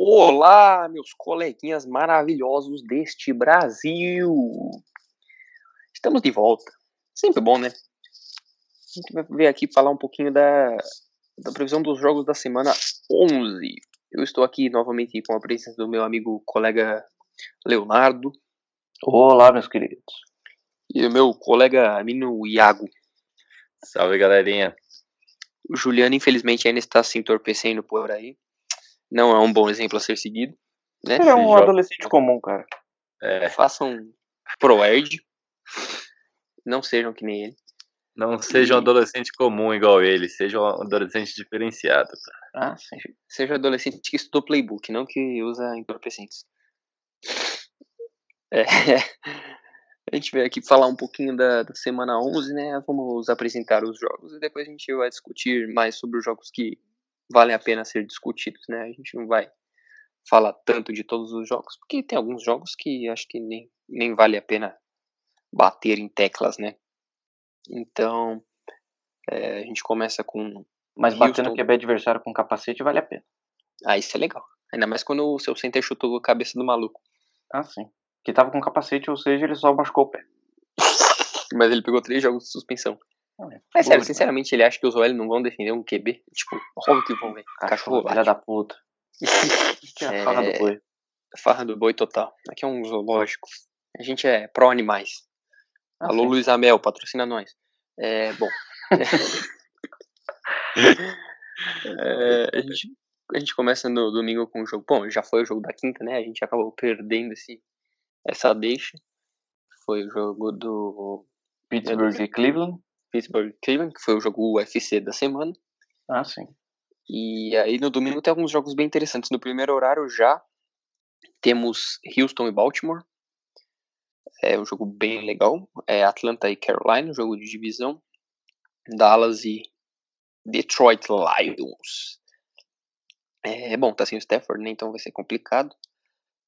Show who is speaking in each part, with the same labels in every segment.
Speaker 1: Olá, meus coleguinhas maravilhosos deste Brasil! Estamos de volta. Sempre bom, né? A gente vai ver aqui falar um pouquinho da, da previsão dos jogos da semana 11. Eu estou aqui novamente com a presença do meu amigo colega Leonardo
Speaker 2: Olá, meus queridos.
Speaker 1: e o meu colega menino Iago.
Speaker 2: Salve, galerinha.
Speaker 1: O Juliano, infelizmente, ainda está se entorpecendo por aí. Não é um bom exemplo a ser seguido. Né?
Speaker 2: Ele é um
Speaker 1: Jovem-
Speaker 2: adolescente comum, cara.
Speaker 3: É,
Speaker 1: façam proerd. Não sejam que nem ele.
Speaker 3: não seja um adolescente comum igual ele, seja um adolescente diferenciado. cara.
Speaker 1: Ah, seja- seja adolescente que estudou playbook, não que usa entorpecentes. É. A gente veio aqui falar um pouquinho da, da semana 11, né? Vamos apresentar os jogos e depois a gente vai discutir mais sobre os jogos que valem a pena ser discutidos, né? A gente não vai falar tanto de todos os jogos, porque tem alguns jogos que acho que nem, nem vale a pena bater em teclas, né? Então, é, a gente começa com
Speaker 2: Mas
Speaker 1: Houston.
Speaker 2: batendo QB adversário com capacete vale a pena.
Speaker 1: Ah, isso é legal. Ainda mais quando o seu center chutou a cabeça do maluco.
Speaker 2: Ah, sim. Que tava com capacete, ou seja, ele só machucou o pé.
Speaker 1: Mas ele pegou três jogos de suspensão.
Speaker 2: Não, é
Speaker 1: Mas sério,
Speaker 2: foda,
Speaker 1: sinceramente, ele acha que os OL não vão defender um QB? Tipo, óbvio que vão, velho.
Speaker 2: cara.
Speaker 1: Cachorro
Speaker 2: Filha
Speaker 1: bate.
Speaker 2: da puta. Que é a farra do
Speaker 1: É.
Speaker 2: boi.
Speaker 1: Farra do boi total. Aqui é um zoológico. A gente é pró-animais.
Speaker 2: Ah,
Speaker 1: Alô,
Speaker 2: sim.
Speaker 1: Luiz Amel, patrocina nós. É, bom. É, a, gente, a gente começa no domingo com o jogo. Bom, já foi o jogo da quinta, né? A gente acabou perdendo esse, essa deixa. Foi o jogo do
Speaker 2: Pittsburgh e Cleveland.
Speaker 1: Pittsburgh Cleveland, que foi o jogo UFC da semana.
Speaker 2: Ah, sim.
Speaker 1: E aí no domingo tem alguns jogos bem interessantes. No primeiro horário já temos Houston e Baltimore. É um jogo bem legal. É Atlanta e Carolina, um jogo de divisão. Dallas e Detroit Lions. É bom, tá sem o Stafford, né? Então vai ser complicado.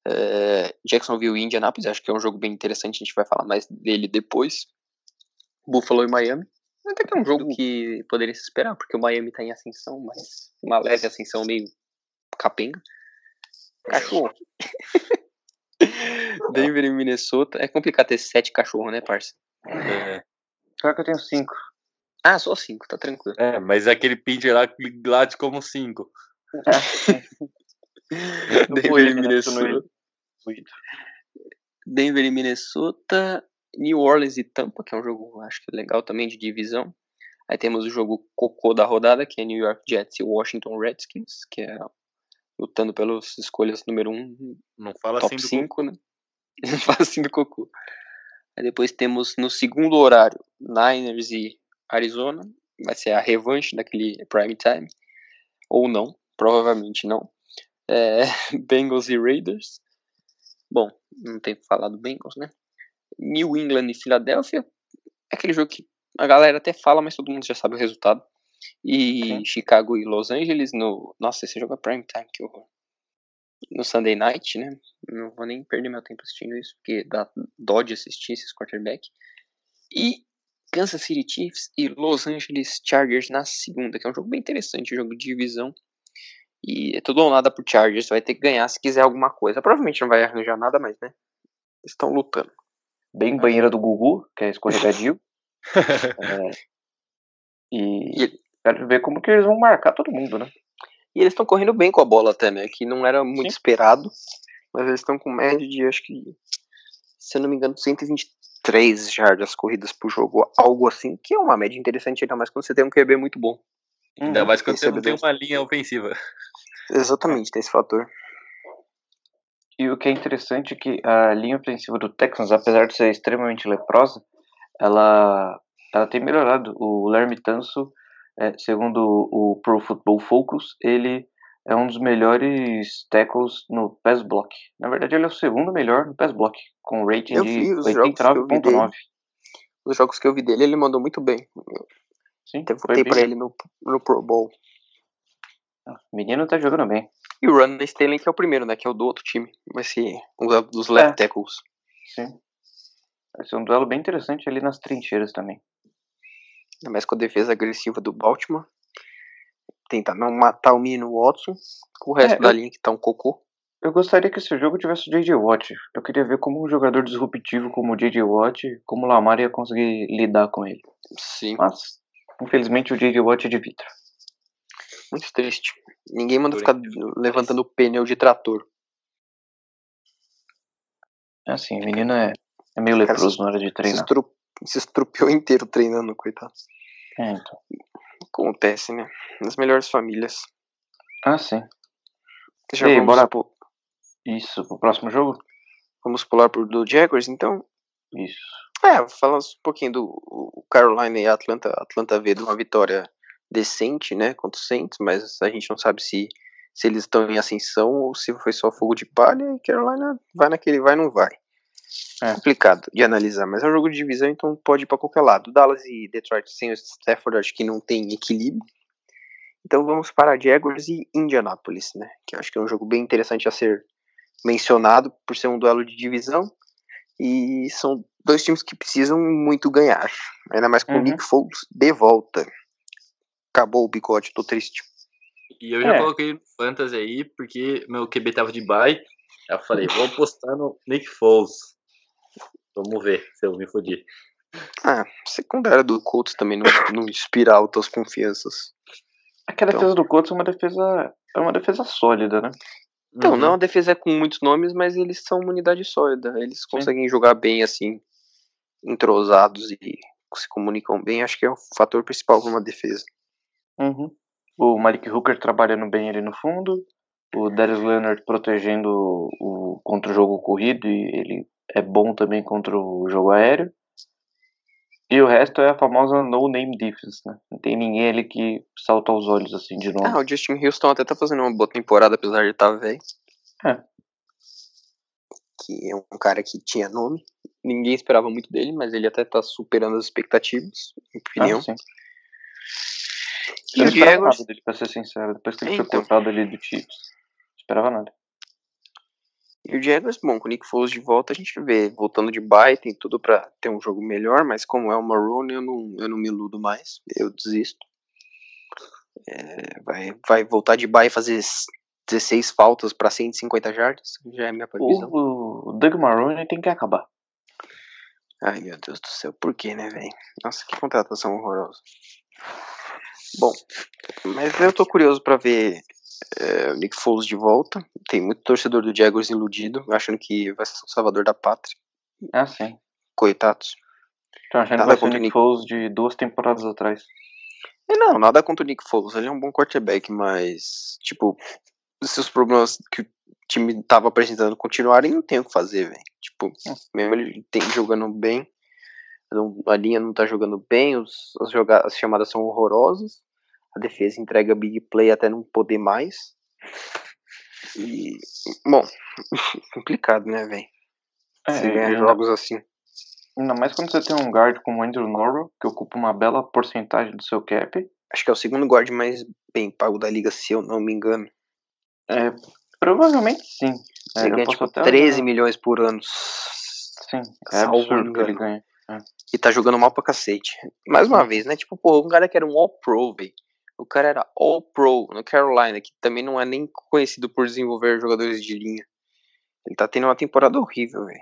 Speaker 1: É, Jacksonville e Indianapolis, acho que é um jogo bem interessante, a gente vai falar mais dele depois. Buffalo e Miami. Até que é um jogo que poderia se esperar, porque o Miami tá em ascensão, mas uma leve ascensão meio capenga. Cachorro. Denver e Minnesota. É complicado ter sete cachorros, né, parça?
Speaker 3: É,
Speaker 2: Pior que eu tenho cinco.
Speaker 1: Ah, só cinco, tá tranquilo.
Speaker 3: é, mas aquele pinch lá que late como cinco.
Speaker 2: No
Speaker 1: Denver e
Speaker 2: Coelho, né, porque eu não
Speaker 1: Minnesota. Denver e Minnesota, New Orleans e Tampa, que é um jogo, acho que legal também de divisão. Aí temos o jogo cocô da rodada, que é New York Jets e Washington Redskins, que é lutando pelas escolhas número 1, um,
Speaker 3: Não fala
Speaker 1: top
Speaker 3: assim do
Speaker 1: 5, né? Fala assim do cocô. Aí depois temos no segundo horário, Niners e Arizona. Vai ser a revanche daquele prime time. Ou não, provavelmente não. É, Bengals e Raiders. Bom, não tem o que falar do Bengals, né? New England e Filadélfia. É aquele jogo que a galera até fala, mas todo mundo já sabe o resultado. E
Speaker 3: Uhum.
Speaker 2: Sim.
Speaker 1: Chicago e Los Angeles no. Nossa, esse jogo é prime time, que horror. No Sunday night, né? Não vou nem perder meu tempo assistindo isso, porque dá dó de assistir esses quarterback. E Kansas City Chiefs e Los Angeles Chargers na segunda, que é um jogo bem interessante, jogo de divisão. E é tudo ou nada pro Chargers, vai ter que ganhar se quiser alguma coisa. Provavelmente não vai arranjar nada mais, né? Estão lutando.
Speaker 2: Bem banheira do Gugu, que é escorregadio. É.
Speaker 1: E
Speaker 2: E quero ver como que eles vão marcar todo mundo, né?
Speaker 1: E eles estão correndo bem com a bola até, né? Que não era muito
Speaker 2: Sim.
Speaker 1: esperado. Mas eles estão com média de, acho que, se eu não me engano, 123 jardas corridas por jogo, algo assim, que é uma média interessante, ainda mais quando você tem um QB muito bom.
Speaker 3: Ainda mais quando você não tem
Speaker 1: recebedores.
Speaker 3: uma linha ofensiva.
Speaker 1: Exatamente, tem esse fator.
Speaker 2: E o que é interessante é que a linha ofensiva do Texans, apesar de ser extremamente leprosa, ela, ela tem melhorado. O Larry Tanso, é, segundo o Pro Football Focus, ele é um dos melhores tackles no pass block. Na verdade, ele é o segundo melhor no pass block, com um rating
Speaker 1: Eu
Speaker 2: de
Speaker 1: vi os jogos que eu vi
Speaker 2: 89.9.
Speaker 1: Os jogos que eu vi dele, ele mandou muito bem.
Speaker 2: Sim,
Speaker 1: Até
Speaker 2: foi
Speaker 1: votei pra
Speaker 2: bem.
Speaker 1: ele no, no Pro Bowl.
Speaker 2: O menino tá jogando bem.
Speaker 1: E o Run Stanley, que é o primeiro, né? Que é o do outro time. Vai ser um da- dos left tackles.
Speaker 2: Sim. Vai ser um duelo bem interessante ali nas trincheiras também.
Speaker 1: Ainda mais com a defesa agressiva do Baltimore. Tentar não matar o menino Watson. Com o resto
Speaker 2: É,
Speaker 1: da
Speaker 2: eu-
Speaker 1: linha que tá um cocô.
Speaker 2: Eu gostaria que esse jogo tivesse o J.J. Watt. Eu queria ver como um jogador disruptivo como o J.J. Watt, como o Lamar ia conseguir lidar com ele.
Speaker 1: Sim,
Speaker 2: Mas, infelizmente, o J.J. Watt é de vidro.
Speaker 1: muito triste. Ninguém manda ficar levantando pneu de trator.
Speaker 2: É Assim, o menino é, é meio
Speaker 1: Cara,
Speaker 2: leproso
Speaker 1: se-
Speaker 2: na hora de
Speaker 1: Se,
Speaker 2: treinar.
Speaker 1: estru- se estrupiou inteiro treinando, coitado.
Speaker 2: É, então.
Speaker 1: Acontece, né? Nas melhores famílias.
Speaker 2: Ah, sim.
Speaker 1: Já
Speaker 2: Ei,
Speaker 1: vamos,
Speaker 2: bora-
Speaker 1: pu-
Speaker 2: Isso, pro próximo jogo?
Speaker 1: vamos pular pro do Jaguars, então?
Speaker 2: Isso.
Speaker 1: É, falar um pouquinho do o Carolina e Atlanta. Atlanta veio de uma vitória decente, né, contra o Saints, mas a gente não sabe se, se eles estão em ascensão ou se foi só fogo de palha e Carolina vai naquele vai não vai.
Speaker 2: É.
Speaker 1: Complicado de analisar, mas é um jogo de divisão, então pode ir para qualquer lado. Dallas e Detroit sem o Stafford acho que não tem equilíbrio. Então vamos para Jaguars e Indianapolis, né, que eu acho que é um jogo bem interessante a ser mencionado por ser um duelo de divisão. E são dois times que precisam muito ganhar. Ainda mais com o
Speaker 2: Uhum.
Speaker 1: Nick Foles de volta. Acabou o bigode, tô triste.
Speaker 3: E eu já
Speaker 2: É.
Speaker 3: coloquei no Fantasy aí, porque meu QB tava de bye. Aí eu falei, vou apostar no Nick Foles. Vamos ver se eu me fodi.
Speaker 1: Ah, a secundária do Colts também não, não inspira altas confianças.
Speaker 2: Aquela
Speaker 1: Então.
Speaker 2: defesa do Colts é uma defesa, é uma defesa sólida, né?
Speaker 1: Então,
Speaker 3: Uhum.
Speaker 1: não é uma defesa com muitos nomes, mas eles são uma unidade sólida. Eles conseguem jogar bem, assim, entrosados e se comunicam bem. Acho que é o fator principal para uma defesa.
Speaker 2: Uhum. O Malik Hooker trabalhando bem ali no fundo. O Darius Leonard protegendo o, contra o jogo corrido e ele é bom também contra o jogo aéreo. E o resto é a famosa no name defense, né? Não tem ninguém ali que salta aos olhos assim de novo.
Speaker 1: Ah, o Justin Houston até tá fazendo uma boa temporada, apesar de estar velho.
Speaker 2: É.
Speaker 1: Que é um cara que tinha nome. Ninguém esperava muito dele, mas ele até tá superando as expectativas, na minha
Speaker 2: Ah,
Speaker 1: opinião.
Speaker 2: sim.
Speaker 1: e
Speaker 2: Eu não
Speaker 1: o
Speaker 2: esperava
Speaker 1: Jaguars,
Speaker 2: nada dele, pra ser sincero, depois que ele foi
Speaker 1: Então.
Speaker 2: cortado ali do Chiefs. Não esperava nada.
Speaker 1: e o Jaguars, bom, com o Nick Foles de volta, a gente vê, voltando de bye, tem tudo pra ter um jogo melhor, mas como é o Maroon, eu não, eu não me iludo mais, eu desisto. É, vai, vai voltar de bye e fazer 16 faltas pra 150 jardas, já é minha previsão.
Speaker 2: O, o Doug Marrone tem que acabar.
Speaker 1: Ai, meu Deus do céu, por que, né, velho? Nossa, que contratação horrorosa. Bom, mas eu tô curioso pra ver é, o Nick Foles de volta. Tem muito torcedor do Jaguars iludido, achando que vai ser o salvador da pátria.
Speaker 2: Ah, sim.
Speaker 1: Coitados.
Speaker 2: Tô achando
Speaker 1: Nada
Speaker 2: que vai ser o
Speaker 1: Tá contra o
Speaker 2: Nick
Speaker 1: Nick.
Speaker 2: Foles de duas temporadas atrás.
Speaker 1: E não, nada contra o Nick Foles, ele é um bom quarterback, mas, tipo, se os problemas que o time tava apresentando continuarem, não tem o que fazer, velho. Tipo,
Speaker 2: É.
Speaker 1: mesmo ele tem jogando bem, não- a linha não tá jogando bem, os, as, joga- as chamadas são horrorosas, a defesa entrega big play até não poder mais. E, bom, complicado, né, velho?
Speaker 2: É,
Speaker 1: Você
Speaker 2: e
Speaker 1: ganhar
Speaker 2: ainda-
Speaker 1: jogos assim.
Speaker 2: Ainda mais quando você tem um guard como o Andrew Norwell, que ocupa uma bela porcentagem do seu cap.
Speaker 1: Acho que é o segundo guard mais bem pago da liga, se eu não me engano.
Speaker 2: É, provavelmente sim. É,
Speaker 1: Você
Speaker 2: eu
Speaker 1: ganha
Speaker 2: posso
Speaker 1: tipo
Speaker 2: até
Speaker 1: 13
Speaker 2: olhar.
Speaker 1: milhões por ano.
Speaker 2: Sim, é
Speaker 1: salvo
Speaker 2: absurdo que ele
Speaker 1: engano.
Speaker 2: ganha.
Speaker 1: E tá jogando mal pra cacete. Mais
Speaker 2: Uhum.
Speaker 1: uma vez, né? Tipo, pô, um cara que era um All-Pro, velho. O cara era All-Pro no Carolina, que também não é nem conhecido por desenvolver jogadores de linha. Ele tá tendo uma temporada horrível, velho.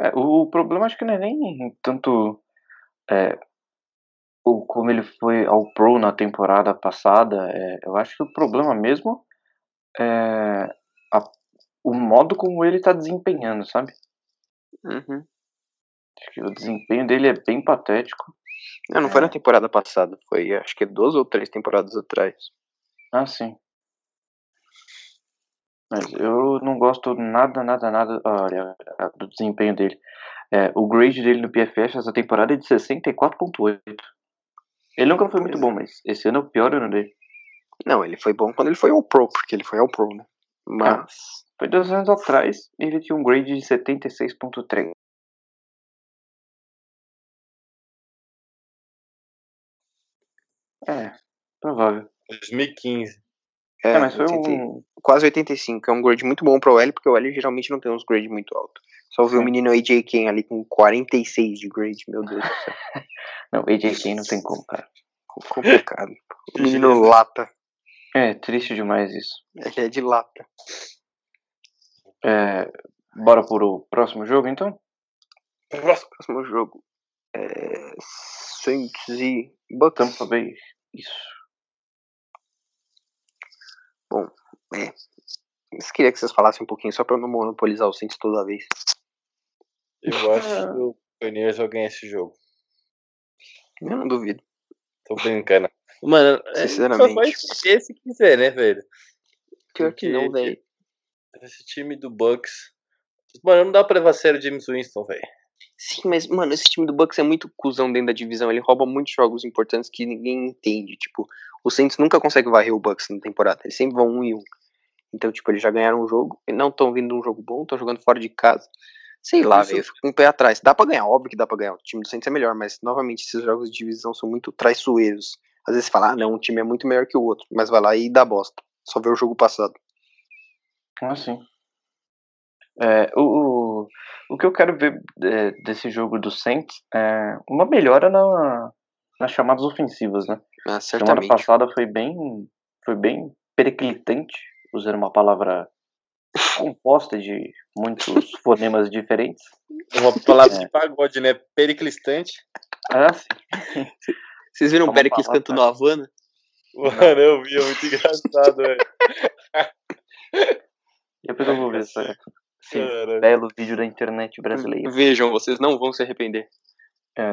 Speaker 2: É, o, o problema acho que não é nem tanto é, o, como ele foi ao Pro na temporada passada. é, eu acho que o problema mesmo é a- o modo como ele tá desempenhando, sabe?
Speaker 1: Uhum.
Speaker 2: Acho que o desempenho dele é bem patético.
Speaker 1: Não,
Speaker 2: É.
Speaker 1: não foi na temporada passada. Foi, acho que duas ou três temporadas atrás.
Speaker 2: Ah, sim. Mas eu não gosto nada, nada, nada olha, do desempenho dele. É, o grade dele no PFF essa temporada é de 64.8. Ele nunca foi muito bom, mas esse ano é o pior ano dele.
Speaker 1: Não, ele foi bom quando ele foi All-Pro, porque ele foi All-Pro, né?
Speaker 2: É.
Speaker 1: Mas...
Speaker 2: Foi dois anos atrás e ele tinha um grade de 76.3. É, provável.
Speaker 3: 2015.
Speaker 2: É, mas foi
Speaker 1: 80 e-
Speaker 2: um.
Speaker 1: Quase 85. É um grade muito bom pro L, porque o L geralmente não tem uns grades muito altos. Só vi o
Speaker 2: Sim.
Speaker 1: menino AJ Ken ali com 46 de grade, meu Deus.
Speaker 2: Não, AJ Kane não tem como, cara.
Speaker 1: Complicado. O
Speaker 3: Que
Speaker 1: menino
Speaker 3: beleza.
Speaker 1: lata.
Speaker 2: É triste demais isso.
Speaker 1: Ele é de lata.
Speaker 2: É, bora pro próximo jogo, então?
Speaker 1: Próximo, próximo jogo. É... Saints e Bucks.
Speaker 2: Tampa Bay. Isso.
Speaker 1: É. Mas queria que vocês falassem um pouquinho, só pra eu não monopolizar o Saints toda vez.
Speaker 3: Eu acho que o Pioneers vai ganhar esse jogo.
Speaker 1: Eu não duvido.
Speaker 3: Tô brincando. Mano, é,
Speaker 1: Sinceramente.
Speaker 3: só vai escolher se quiser, né, velho?
Speaker 1: Pior que não, velho.
Speaker 3: Esse time do Bucks. Mano, não dá pra levar a sério o James Winston, velho.
Speaker 1: Sim, mas, mano, esse time do Bucks é muito cuzão dentro da divisão. Ele rouba muitos jogos importantes que ninguém entende. Tipo, o Saints nunca consegue varrer o Bucks na temporada. Eles sempre vão um e um. Então, tipo, eles já ganharam um jogo. E não estão vindo de um jogo bom, estão jogando fora de casa. Sei lá,
Speaker 3: Isso.
Speaker 1: velho. Eu fico com o pé atrás. Dá pra ganhar, óbvio que dá pra ganhar. O time do Saints é melhor, mas novamente esses jogos de divisão são muito traiçoeiros. Às vezes você fala, ah, não, um time é muito melhor que o outro. Mas vai lá e dá bosta. Só vê o jogo passado.
Speaker 2: Ah, sim. É, o, o, o que eu quero ver é, desse jogo do Saints é uma melhora na, nas chamadas ofensivas, né?
Speaker 1: Ah,
Speaker 2: Semana
Speaker 1: certamente.
Speaker 2: passada foi bem, foi bem periclitante, usando uma palavra composta de muitos fonemas diferentes.
Speaker 3: Uma palavra
Speaker 2: É.
Speaker 3: de pagode, né? Periclistante.
Speaker 2: Ah, sim.
Speaker 1: Vocês viram o
Speaker 2: Vamos
Speaker 1: Pericles
Speaker 2: falar,
Speaker 1: cantando Havana?
Speaker 3: Mano, eu vi, é muito engraçado, velho.
Speaker 2: Depois eu vou ver essa- esse
Speaker 3: Cara,
Speaker 2: belo vídeo da internet brasileira.
Speaker 1: Vejam, vocês não vão se arrepender.
Speaker 2: É,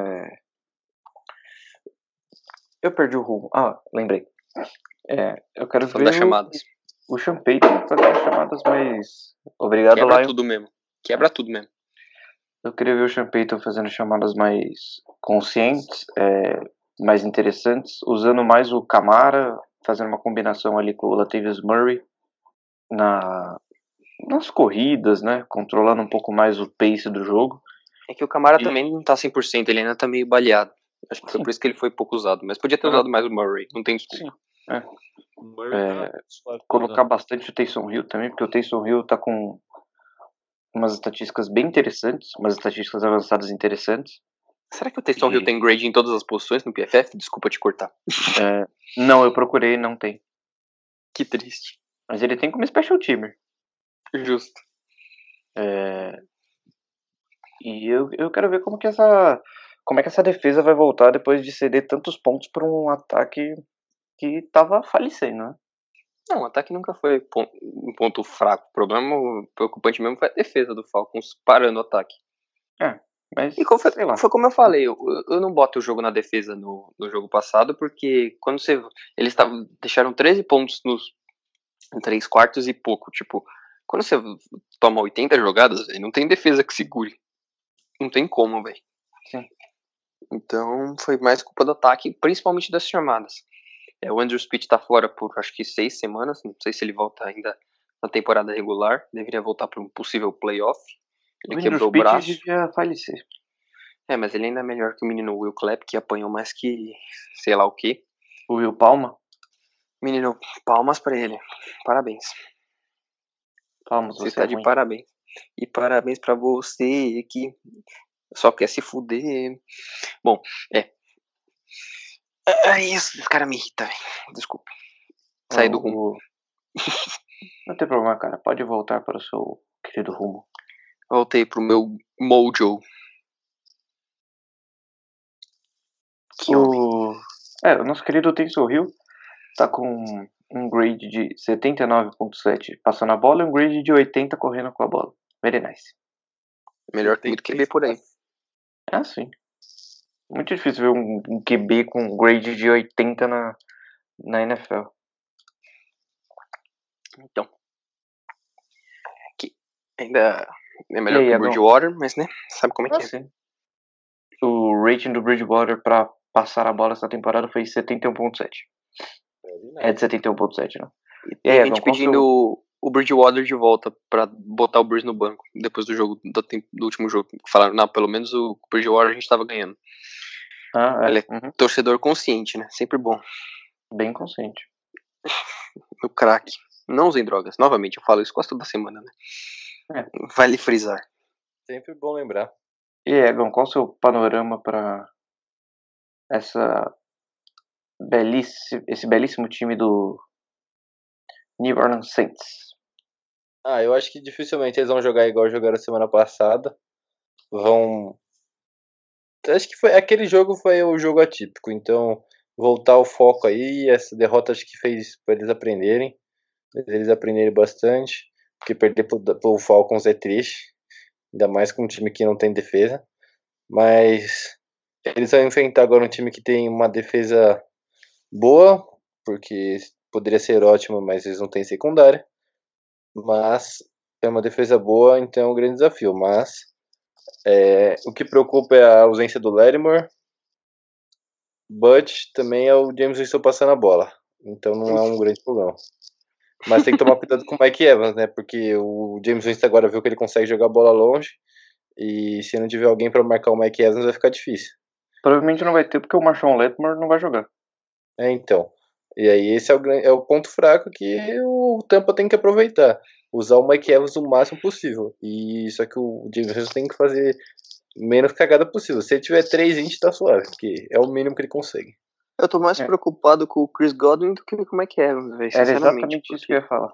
Speaker 2: Eu perdi o rumo. Ah, lembrei. É, eu quero
Speaker 1: Falando
Speaker 2: ver
Speaker 1: das
Speaker 2: o-
Speaker 1: chamadas.
Speaker 2: o Champeito fazer as chamadas mais. Obrigado,
Speaker 1: Quebra
Speaker 2: Lion.
Speaker 1: tudo mesmo. Quebra tudo mesmo.
Speaker 2: Eu queria ver o Champeito fazendo chamadas mais conscientes, é, mais interessantes, usando mais o Camara, fazendo uma combinação ali com o Latavius Murray na, nas corridas, né? Controlando um pouco mais o pace do jogo.
Speaker 1: É que o Camara
Speaker 3: E-
Speaker 1: também não tá 100%, ele ainda tá meio baleado. Acho que foi por isso que ele foi pouco usado. Mas podia ter
Speaker 2: Ah.
Speaker 1: usado mais o Murray, não tem desculpa.
Speaker 3: o Murray
Speaker 2: É,
Speaker 3: tá suave,
Speaker 2: Colocar bastante o Taysom Hill também, porque o Taysom Hill tá com umas estatísticas bem interessantes, umas estatísticas avançadas interessantes.
Speaker 1: Será que o Taysom
Speaker 2: E-
Speaker 1: Hill tem grade em todas as posições no PFF? Desculpa te cortar.
Speaker 2: É, não, eu procurei, não tem.
Speaker 1: Que triste.
Speaker 2: Mas ele tem como special teamer.
Speaker 1: Justo.
Speaker 2: É, E eu, eu quero ver como que essa como é que essa defesa vai voltar depois de ceder tantos pontos para um ataque que tava falecendo, né?
Speaker 1: Não, o ataque nunca foi pon- um ponto fraco. O problema preocupante mesmo foi a defesa do Falcons parando o ataque.
Speaker 2: Mas
Speaker 1: E como foi,
Speaker 2: sei lá.
Speaker 1: foi como eu falei, eu, eu não boto o jogo na defesa no, no jogo passado, porque quando você. Eles tavam, deixaram 13 pontos nos em 3 quartos e pouco. Tipo, quando você toma 80 jogadas, véi, não tem defesa que segure. Não tem como, velho.
Speaker 2: Sim.
Speaker 1: Então foi mais culpa do ataque, principalmente das chamadas. É, o Andrew Speed tá fora por acho que seis semanas. Não sei se ele volta ainda na temporada regular. Deveria voltar para um possível playoff. Ele
Speaker 2: Andrew
Speaker 1: quebrou o
Speaker 2: Speed
Speaker 1: braço.
Speaker 2: devia falecer.
Speaker 1: É, mas ele ainda é melhor que o menino Will Clapp, que apanhou mais que sei lá o que.
Speaker 2: O Will Palma,
Speaker 1: Menino, palmas pra ele. Parabéns.
Speaker 2: palmas
Speaker 1: Você
Speaker 2: você,
Speaker 1: está
Speaker 2: é
Speaker 1: de
Speaker 2: ruim.
Speaker 1: parabéns. E parabéns pra você que só quer se fuder. Bom, é. É isso, esse cara me irrita, velho. Desculpa. Saí do
Speaker 2: O-
Speaker 1: rumo.
Speaker 2: o- Não tem problema, cara. Pode voltar para o seu querido rumo.
Speaker 1: Voltei pro meu mojo. Que homem.
Speaker 2: O... É, o nosso querido Tensor Hill tá com um grade de 79.7 passando a bola e um grade de 80 correndo com a bola. Very nice.
Speaker 1: Melhor que
Speaker 3: tem
Speaker 1: muito
Speaker 3: que
Speaker 1: QB por aí.
Speaker 2: Ah, sim. Muito difícil ver um, um QB com grade de 80 na, na NFL.
Speaker 1: Então. Aqui. Ainda é melhor
Speaker 2: E aí,
Speaker 1: que o
Speaker 2: Adão?
Speaker 1: Bridgewater, mas né? Sabe como é que é.
Speaker 2: sim. assim, O rating do Bridgewater pra passar a bola essa temporada foi 71.7. É de 71.7, né?
Speaker 1: E
Speaker 2: E aí,
Speaker 1: tem
Speaker 2: Adão,
Speaker 1: gente
Speaker 2: qual
Speaker 1: pedindo o Bridgewater de volta pra botar o Breeze no banco depois do jogo do, tem- do último jogo. Falaram, não, pelo menos o Bridgewater a gente tava ganhando.
Speaker 2: Ah, é.
Speaker 1: Ele-
Speaker 2: Uhum.
Speaker 1: Torcedor consciente, né? Sempre bom.
Speaker 2: Bem consciente.
Speaker 1: O craque. Não usem drogas. Novamente, eu falo isso quase toda semana, né?
Speaker 2: É.
Speaker 1: Vale frisar.
Speaker 3: Sempre bom lembrar.
Speaker 2: E aí, Egon, qual o seu panorama pra essa belíssima, esse belíssimo time do New Orleans Saints.
Speaker 4: Ah, eu acho que dificilmente eles vão jogar igual jogaram semana passada. Vão. Acho que foi aquele jogo foi o jogo atípico, então voltar o foco aí. Essa derrota acho que fez para eles aprenderem, eles aprenderem bastante, porque perder para o Falcons é triste, ainda mais com um time que não tem defesa. Mas eles vão enfrentar agora um time que tem uma defesa boa, porque poderia ser ótimo, mas eles não têm secundária. Mas é uma defesa boa, então é um grande desafio. Mas é, o que preocupa é a ausência do Lattimore, but também é o James Winston passando a bola. Então não é um grande problema. Mas tem que tomar cuidado com o Mike Evans, né? Porque o James Winston agora viu que ele consegue jogar a bola longe. E se não tiver alguém para marcar o Mike Evans, vai ficar difícil.
Speaker 2: Provavelmente não vai ter, porque o Marshawn Letmore não vai jogar.
Speaker 4: É, então. E aí esse é o, gran- é o ponto fraco que o Tampa tem que aproveitar. Usar o Mike Evans o máximo possível. E só que o James Winston tem que fazer menos cagada possível. Se ele tiver 3 20, tá suave, porque é o mínimo que ele consegue.
Speaker 1: Eu tô mais
Speaker 2: É.
Speaker 1: preocupado com o Chris Godwin do que com o Mike Evans, velho,
Speaker 2: Era
Speaker 1: sinceramente.
Speaker 2: exatamente isso que eu ia falar.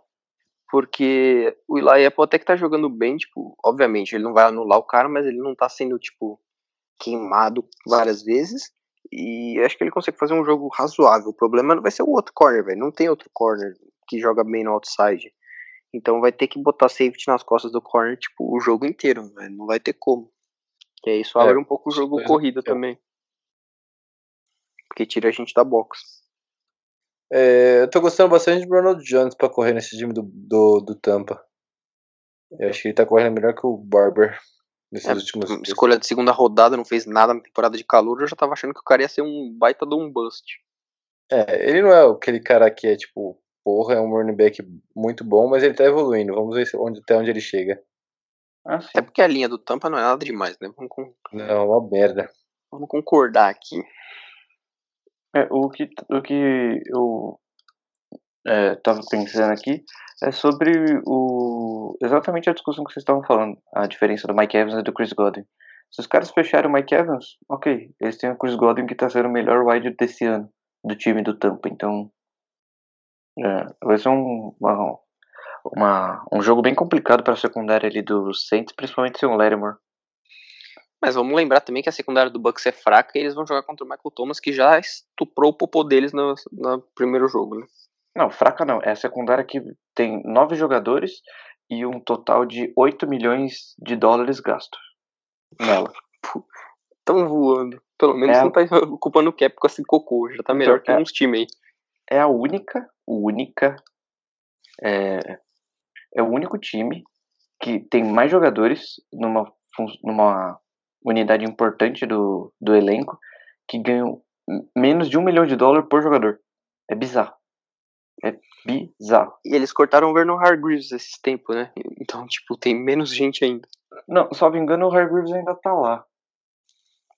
Speaker 1: Porque o Eli Apple até que tá jogando bem, tipo, obviamente, ele não vai anular o cara, mas ele não tá sendo, tipo, queimado várias vezes. E eu acho que ele consegue fazer um jogo razoável. O problema vai ser o outro corner, velho. Não tem outro corner que joga bem no outside. Então vai ter que botar safety nas costas do corner, tipo, o jogo inteiro, velho. Não vai ter como. E aí isso
Speaker 4: É,
Speaker 1: abre um pouco o jogo
Speaker 4: coisa
Speaker 1: corrido
Speaker 4: aconteceu.
Speaker 1: também. Porque tira a gente da box.
Speaker 4: É, eu tô gostando bastante do Ronald Jones pra correr nesse time do, do, do Tampa. Eu acho que ele tá correndo melhor que o Barber nesses
Speaker 1: É,
Speaker 4: últimos dias.
Speaker 1: escolha de segunda rodada, não fez nada na temporada de calor, eu já tava achando que o cara ia ser um baita de um bust.
Speaker 4: É, ele não é aquele cara que é tipo, porra, é um running back muito bom, mas ele tá evoluindo. Vamos ver se- onde, até onde ele chega.
Speaker 2: Ah, sim.
Speaker 1: Até porque a linha do Tampa não é nada demais, né? Vamos, con-
Speaker 4: Não, uma merda.
Speaker 1: vamos concordar aqui.
Speaker 2: É, o que, o que eu é, tava pensando aqui é sobre o exatamente a discussão que vocês estavam falando, a diferença do Mike Evans e do Chris Godwin. Se os caras fecharem o Mike Evans, ok, eles têm o Chris Godwin que tá sendo o melhor wide desse ano do time do Tampa, então é, vai ser um, uma, uma- um jogo bem complicado para a secundária ali do Saints, principalmente sem o Lattimore.
Speaker 1: Mas vamos lembrar também que a secundária do Bucks é fraca e eles vão jogar contra o Michael Thomas, que já estuprou o popô deles no, no primeiro jogo, né?
Speaker 2: Não, fraca não. É a secundária que tem nove jogadores e um total de 8 milhões de dólares gastos nela.
Speaker 1: Tão voando. Pelo menos
Speaker 2: É.
Speaker 1: não tá ocupando o cap com esse cocô, já tá melhor que
Speaker 2: é.
Speaker 1: uns times aí.
Speaker 2: É a única, única, é, é o único time que tem mais jogadores numa, fun- numa unidade importante do, do elenco que ganham m- menos de um milhão de dólares por jogador. É bizarro. É bizarro.
Speaker 1: E eles cortaram o Vernon Hargreaves esses tempos, né? Então, tipo, tem menos gente ainda.
Speaker 2: Não, salvo engano, o Hargreaves ainda tá lá.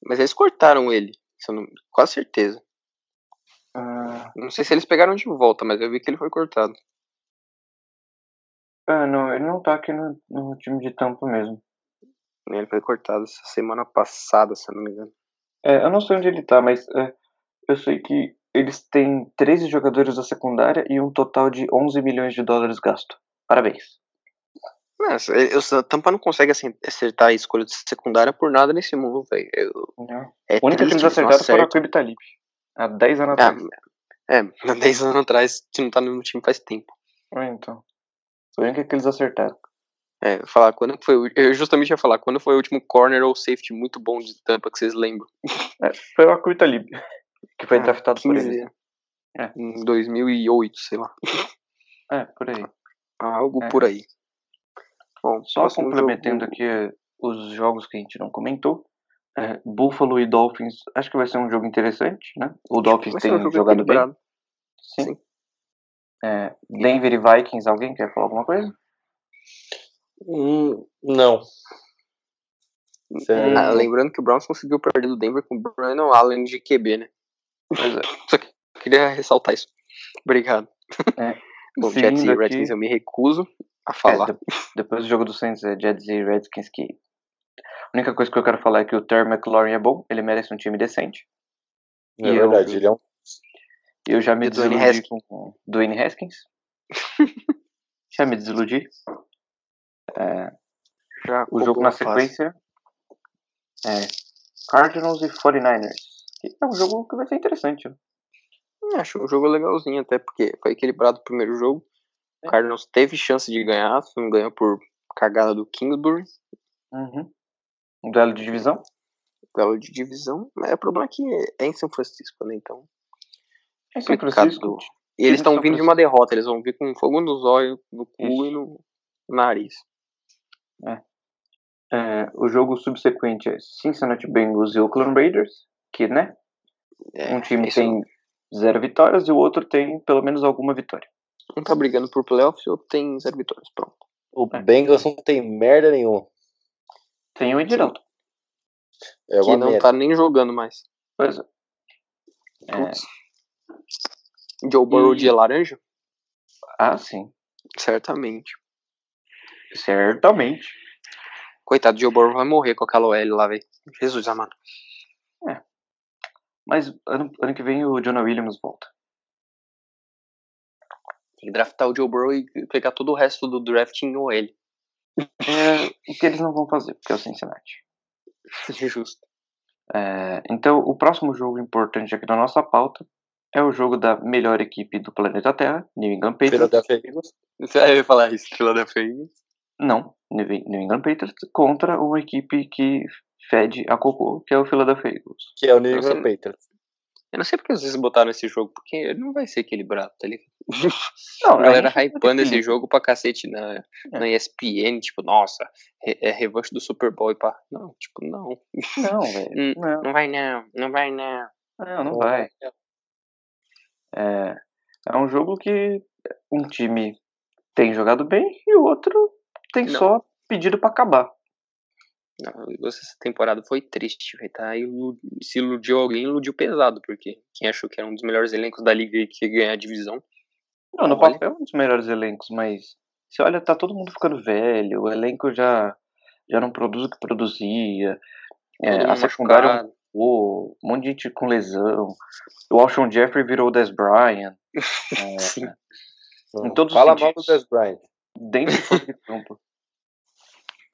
Speaker 1: Mas eles cortaram ele, se eu não- quase certeza.
Speaker 2: Ah,
Speaker 1: Não sei se eles pegaram de volta, mas eu vi que ele foi cortado.
Speaker 2: ah, não, ele não tá aqui no, no time de tampa mesmo.
Speaker 1: Né, Ele foi cortado essa semana passada, se eu não me engano.
Speaker 2: É, eu não sei onde ele tá, mas é, eu sei que eles têm 13 jogadores da secundária e um total de 11 milhões de dólares gasto. Parabéns.
Speaker 1: Mas é, eu, a Tampa não consegue assim, acertar a escolha de secundária por nada nesse mundo, velho. Eu- É
Speaker 2: A única que
Speaker 1: triste,
Speaker 2: eles
Speaker 1: não
Speaker 2: acertaram foi a
Speaker 1: acertam.
Speaker 2: Cube Talib. Há 10 anos atrás.
Speaker 1: Ah, É, há 10 anos atrás, se não tá no mesmo time faz tempo.
Speaker 2: É, então. Foi a única que eles acertaram.
Speaker 1: É, falar quando que foi. o- Eu justamente ia falar, quando foi o último corner ou safety muito bom de Tampa que vocês lembram?
Speaker 2: É, Foi a Cube Talib. Que foi
Speaker 1: Ah,
Speaker 2: draftado por
Speaker 1: 15
Speaker 2: ele.
Speaker 1: anos.
Speaker 2: É.
Speaker 1: Em 2008, sei lá.
Speaker 2: É, por aí.
Speaker 1: Algo
Speaker 2: É.
Speaker 1: por aí. Bom,
Speaker 2: Só
Speaker 1: próximo
Speaker 2: complementando
Speaker 1: jogo-
Speaker 2: aqui eh, os jogos que a gente não comentou. eh, Buffalo e Dolphins, acho que vai ser um jogo interessante, né? O Dolphins
Speaker 1: Vai ser
Speaker 2: tem
Speaker 1: um jogo
Speaker 2: jogado bem.
Speaker 1: equilibrado.
Speaker 2: Sim.
Speaker 1: Sim.
Speaker 2: Eh, Denver e Vikings, alguém quer falar alguma coisa?
Speaker 4: Hum, não. Hum, Sério.
Speaker 2: É.
Speaker 1: Ah, lembrando que o Browns conseguiu perder do Denver com o Brandon Allen de QB, né?
Speaker 2: Pois é.
Speaker 1: Queria ressaltar isso. Obrigado.
Speaker 2: É.
Speaker 1: Bom,
Speaker 2: Seguindo
Speaker 1: Jets e
Speaker 2: aqui-
Speaker 1: Redskins eu me recuso a falar.
Speaker 2: É, de- depois do jogo do Saints, é Jets e Redskins, que a única coisa que eu quero falar é que o Terry McLaurin é bom, ele merece um time decente.
Speaker 4: É
Speaker 2: E eu-
Speaker 4: verdade, ele é um.
Speaker 2: Eu já me
Speaker 1: E o Dwayne
Speaker 2: desiludi com o Dwayne Haskins, Já me desiludi. É,
Speaker 1: Já
Speaker 2: o jogo
Speaker 1: colocou
Speaker 2: na
Speaker 1: fácil.
Speaker 2: sequência é Cardinals e 49ers. que é um jogo que vai ser interessante. né?
Speaker 1: Hum, Acho um jogo legalzinho, até porque foi equilibrado o primeiro jogo.
Speaker 2: É.
Speaker 1: O Cardinals teve chance de ganhar, só não ganhou por cagada do Kingsbury,
Speaker 2: Um duelo de divisão.
Speaker 1: duelo de divisão. Mas o problema é que é em São Francisco, né? Então,
Speaker 2: É São
Speaker 1: complicado.
Speaker 2: Francisco.
Speaker 1: E eles
Speaker 2: Time de
Speaker 1: estão
Speaker 2: São
Speaker 1: vindo de uma derrota, eles vão vir com fogo nos olhos, no cu
Speaker 2: Isso.
Speaker 1: e no nariz.
Speaker 2: É, o jogo subsequente é Cincinnati Bengals e Oakland Raiders, que né?
Speaker 1: É,
Speaker 2: um time
Speaker 1: isso.
Speaker 2: tem zero vitórias e o outro tem pelo menos alguma vitória.
Speaker 1: Um tá brigando por playoffs e outro tem zero vitórias. Pronto.
Speaker 4: O
Speaker 2: É.
Speaker 4: Bengals não tem merda nenhuma.
Speaker 2: Tem um o Edinaldo.
Speaker 4: É
Speaker 1: que
Speaker 4: uma
Speaker 1: não
Speaker 4: merda.
Speaker 1: tá nem jogando mais.
Speaker 2: Pois é. É,
Speaker 1: Putz. Joe Burrow
Speaker 2: E-
Speaker 1: de laranja?
Speaker 2: ah, sim.
Speaker 1: Certamente.
Speaker 2: Certamente.
Speaker 1: Coitado, Joe Burrow vai morrer com aquela OL lá, velho. Jesus amado.
Speaker 2: Mas ano, ano que vem o Jonah Williams volta.
Speaker 1: Tem que draftar o Joe Burrow e pegar todo o resto do draft em OL.
Speaker 2: É, o que eles não vão fazer, porque é o Cincinnati.
Speaker 1: Justo.
Speaker 2: É, então, o próximo jogo importante aqui da nossa pauta é o jogo da melhor equipe do planeta Terra, New England Patriots.
Speaker 4: Philadelphia Eagles.
Speaker 1: Eu ia falar isso, Philadelphia Eagles.
Speaker 2: Não, New New England Patriots contra uma equipe que fede a cocô, que é o Philadelphia Eagles.
Speaker 4: Que é o New
Speaker 1: Eu
Speaker 4: England
Speaker 1: sei.
Speaker 4: Patriots.
Speaker 1: Eu não sei porque vocês botaram esse jogo, porque não vai ser equilibrado, tá ligado?
Speaker 2: Não,
Speaker 1: A galera
Speaker 2: gente vai ter
Speaker 1: hypando
Speaker 2: que- É.
Speaker 1: esse jogo pra cacete na, na ESPN, tipo, nossa, re- é revanche do Super Bowl e pá. Não, tipo, não.
Speaker 2: Não, velho. Não,
Speaker 1: Não vai não, não vai não.
Speaker 2: Hum. não, não vai. É, é um jogo que um time tem jogado bem e o outro tem
Speaker 1: Não.
Speaker 2: só pedido pra acabar.
Speaker 1: Não, essa temporada foi triste, velho. Tá? Ilu- Se iludiu alguém, iludiu pesado, porque quem achou que era um dos melhores elencos da liga e que ia ganhar a divisão.
Speaker 2: Não, no
Speaker 1: Olha.
Speaker 2: papel é um dos melhores elencos, mas se olha, tá todo mundo ficando velho, o elenco já, já não produz o que produzia, é,
Speaker 1: todo
Speaker 2: a
Speaker 1: mundo
Speaker 2: secundária
Speaker 1: machucado.
Speaker 2: um um monte de gente com lesão, o Alshon Jeffrey virou o Des Bryant, É,
Speaker 1: Sim.
Speaker 4: Não
Speaker 2: em todos os
Speaker 4: Fala mal do
Speaker 2: sentidos.
Speaker 4: Des Bryant.
Speaker 2: dentro e fora de campo.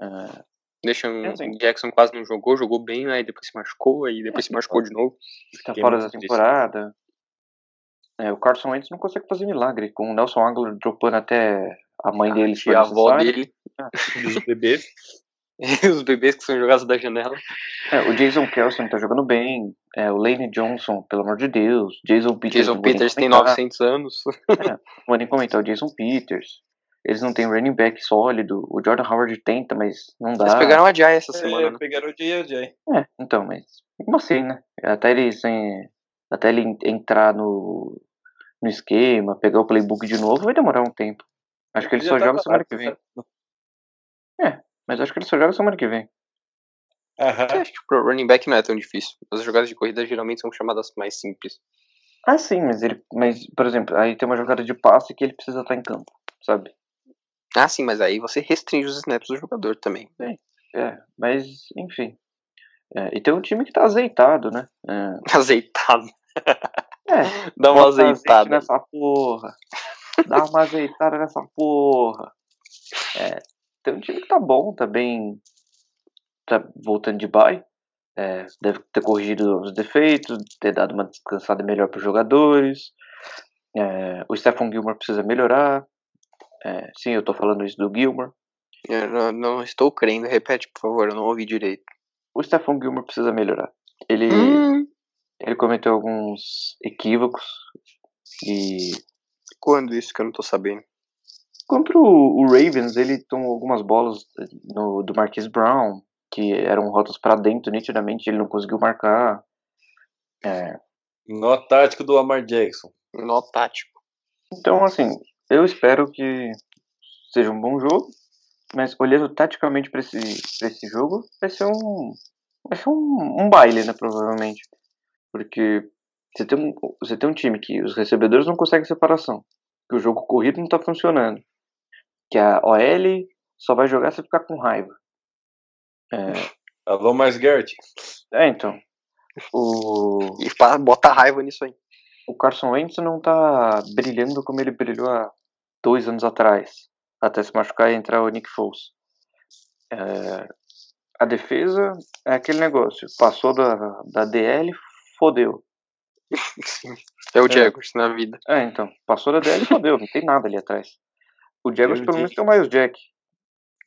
Speaker 2: É,
Speaker 1: Deixam,
Speaker 2: É, sim.
Speaker 1: um, Jackson quase não jogou, jogou bem, aí depois se machucou, aí depois
Speaker 2: É,
Speaker 1: se machucou de novo.
Speaker 2: tá
Speaker 3: Fiquei
Speaker 2: fora
Speaker 3: muito
Speaker 2: da
Speaker 3: triste.
Speaker 2: temporada. É, o Carson Wentz não consegue fazer milagre, com o Nelson Aguilar dropando até a mãe dele.
Speaker 1: E
Speaker 2: se for
Speaker 1: a Ah, avó
Speaker 2: necessário.
Speaker 1: dele,
Speaker 3: Dos bebês.
Speaker 1: os bebês que são jogados da janela.
Speaker 2: É, o Jason Kelson tá jogando bem. É, o Lane Johnson, pelo amor de Deus. Jason Peters.
Speaker 1: Jason
Speaker 2: não vou nem
Speaker 1: Peters tem
Speaker 2: comentar,
Speaker 1: 900 anos.
Speaker 2: Não vou nem comentar o Jason Peters. Eles não têm um running back sólido. O Jordan Howard tenta, mas não dá.
Speaker 1: Eles pegaram a Jai essa semana, né?
Speaker 4: É, pegaram o J.J.
Speaker 2: É, então, mas mesmo assim, né? Até ele, sem- até ele en- entrar no, no esquema, pegar o playbook de novo, vai demorar um tempo. Acho que ele só joga semana que vem. É, Mas acho que ele só joga semana que vem.
Speaker 1: Eu acho que pro running back não é tão difícil. As jogadas de corrida geralmente são chamadas mais simples.
Speaker 2: Ah, sim, mas ele. Mas, por exemplo, aí tem uma jogada de passe que ele precisa estar em campo, sabe?
Speaker 1: Ah, sim, mas aí você restringe os snaps do jogador também.
Speaker 2: É, mas, enfim. É, e tem um time que tá azeitado, né? É,
Speaker 1: Azeitado.
Speaker 2: É,
Speaker 1: Dá uma
Speaker 2: bota azeite
Speaker 1: azeitada.
Speaker 2: nessa porra. Dá uma azeitada nessa porra. É, tem um time que tá bom, tá bem. Tá voltando de bye. É, deve ter corrigido os defeitos, ter dado uma descansada melhor pros jogadores. É, o Stefan Gilmore precisa melhorar. É, sim, eu tô falando isso do Gilmore.
Speaker 1: Eu não, não estou crendo. Repete, por favor, eu não ouvi direito.
Speaker 2: O Stefan Gilmore precisa melhorar. Ele,
Speaker 1: Hum.
Speaker 2: ele cometeu alguns equívocos e
Speaker 1: Quando isso que eu não tô sabendo?
Speaker 2: Contra o, o Ravens, ele tomou algumas bolas eh, no- do Marquis Brown, que eram rotas pra dentro, nitidamente ele não conseguiu marcar. É,
Speaker 4: Nó tático do Lamar Jackson.
Speaker 1: Nó tático.
Speaker 2: então, assim, eu espero que seja um bom jogo, mas olhando taticamente pra esse, pra esse jogo, vai ser um vai ser um, um baile, né, provavelmente. Porque você tem, um, você tem um time que os recebedores não conseguem separação, que o jogo corrido não tá funcionando, que a OL só vai jogar se ficar com raiva. É,
Speaker 4: Alô, Mars Garrett.
Speaker 2: é, então. O,
Speaker 1: E pá, bota raiva nisso aí.
Speaker 2: o Carson Wentz não tá brilhando como ele brilhou há dois anos atrás, até se machucar e entrar o Nick Foles. É, a defesa é aquele negócio, passou da, da DL, fodeu.
Speaker 1: É o Jaguars na vida.
Speaker 2: É, então, passou da DL, fodeu, não tem nada ali atrás. O Jaguars
Speaker 3: Eu
Speaker 2: pelo
Speaker 3: vi.
Speaker 2: menos tem o Miles Jack.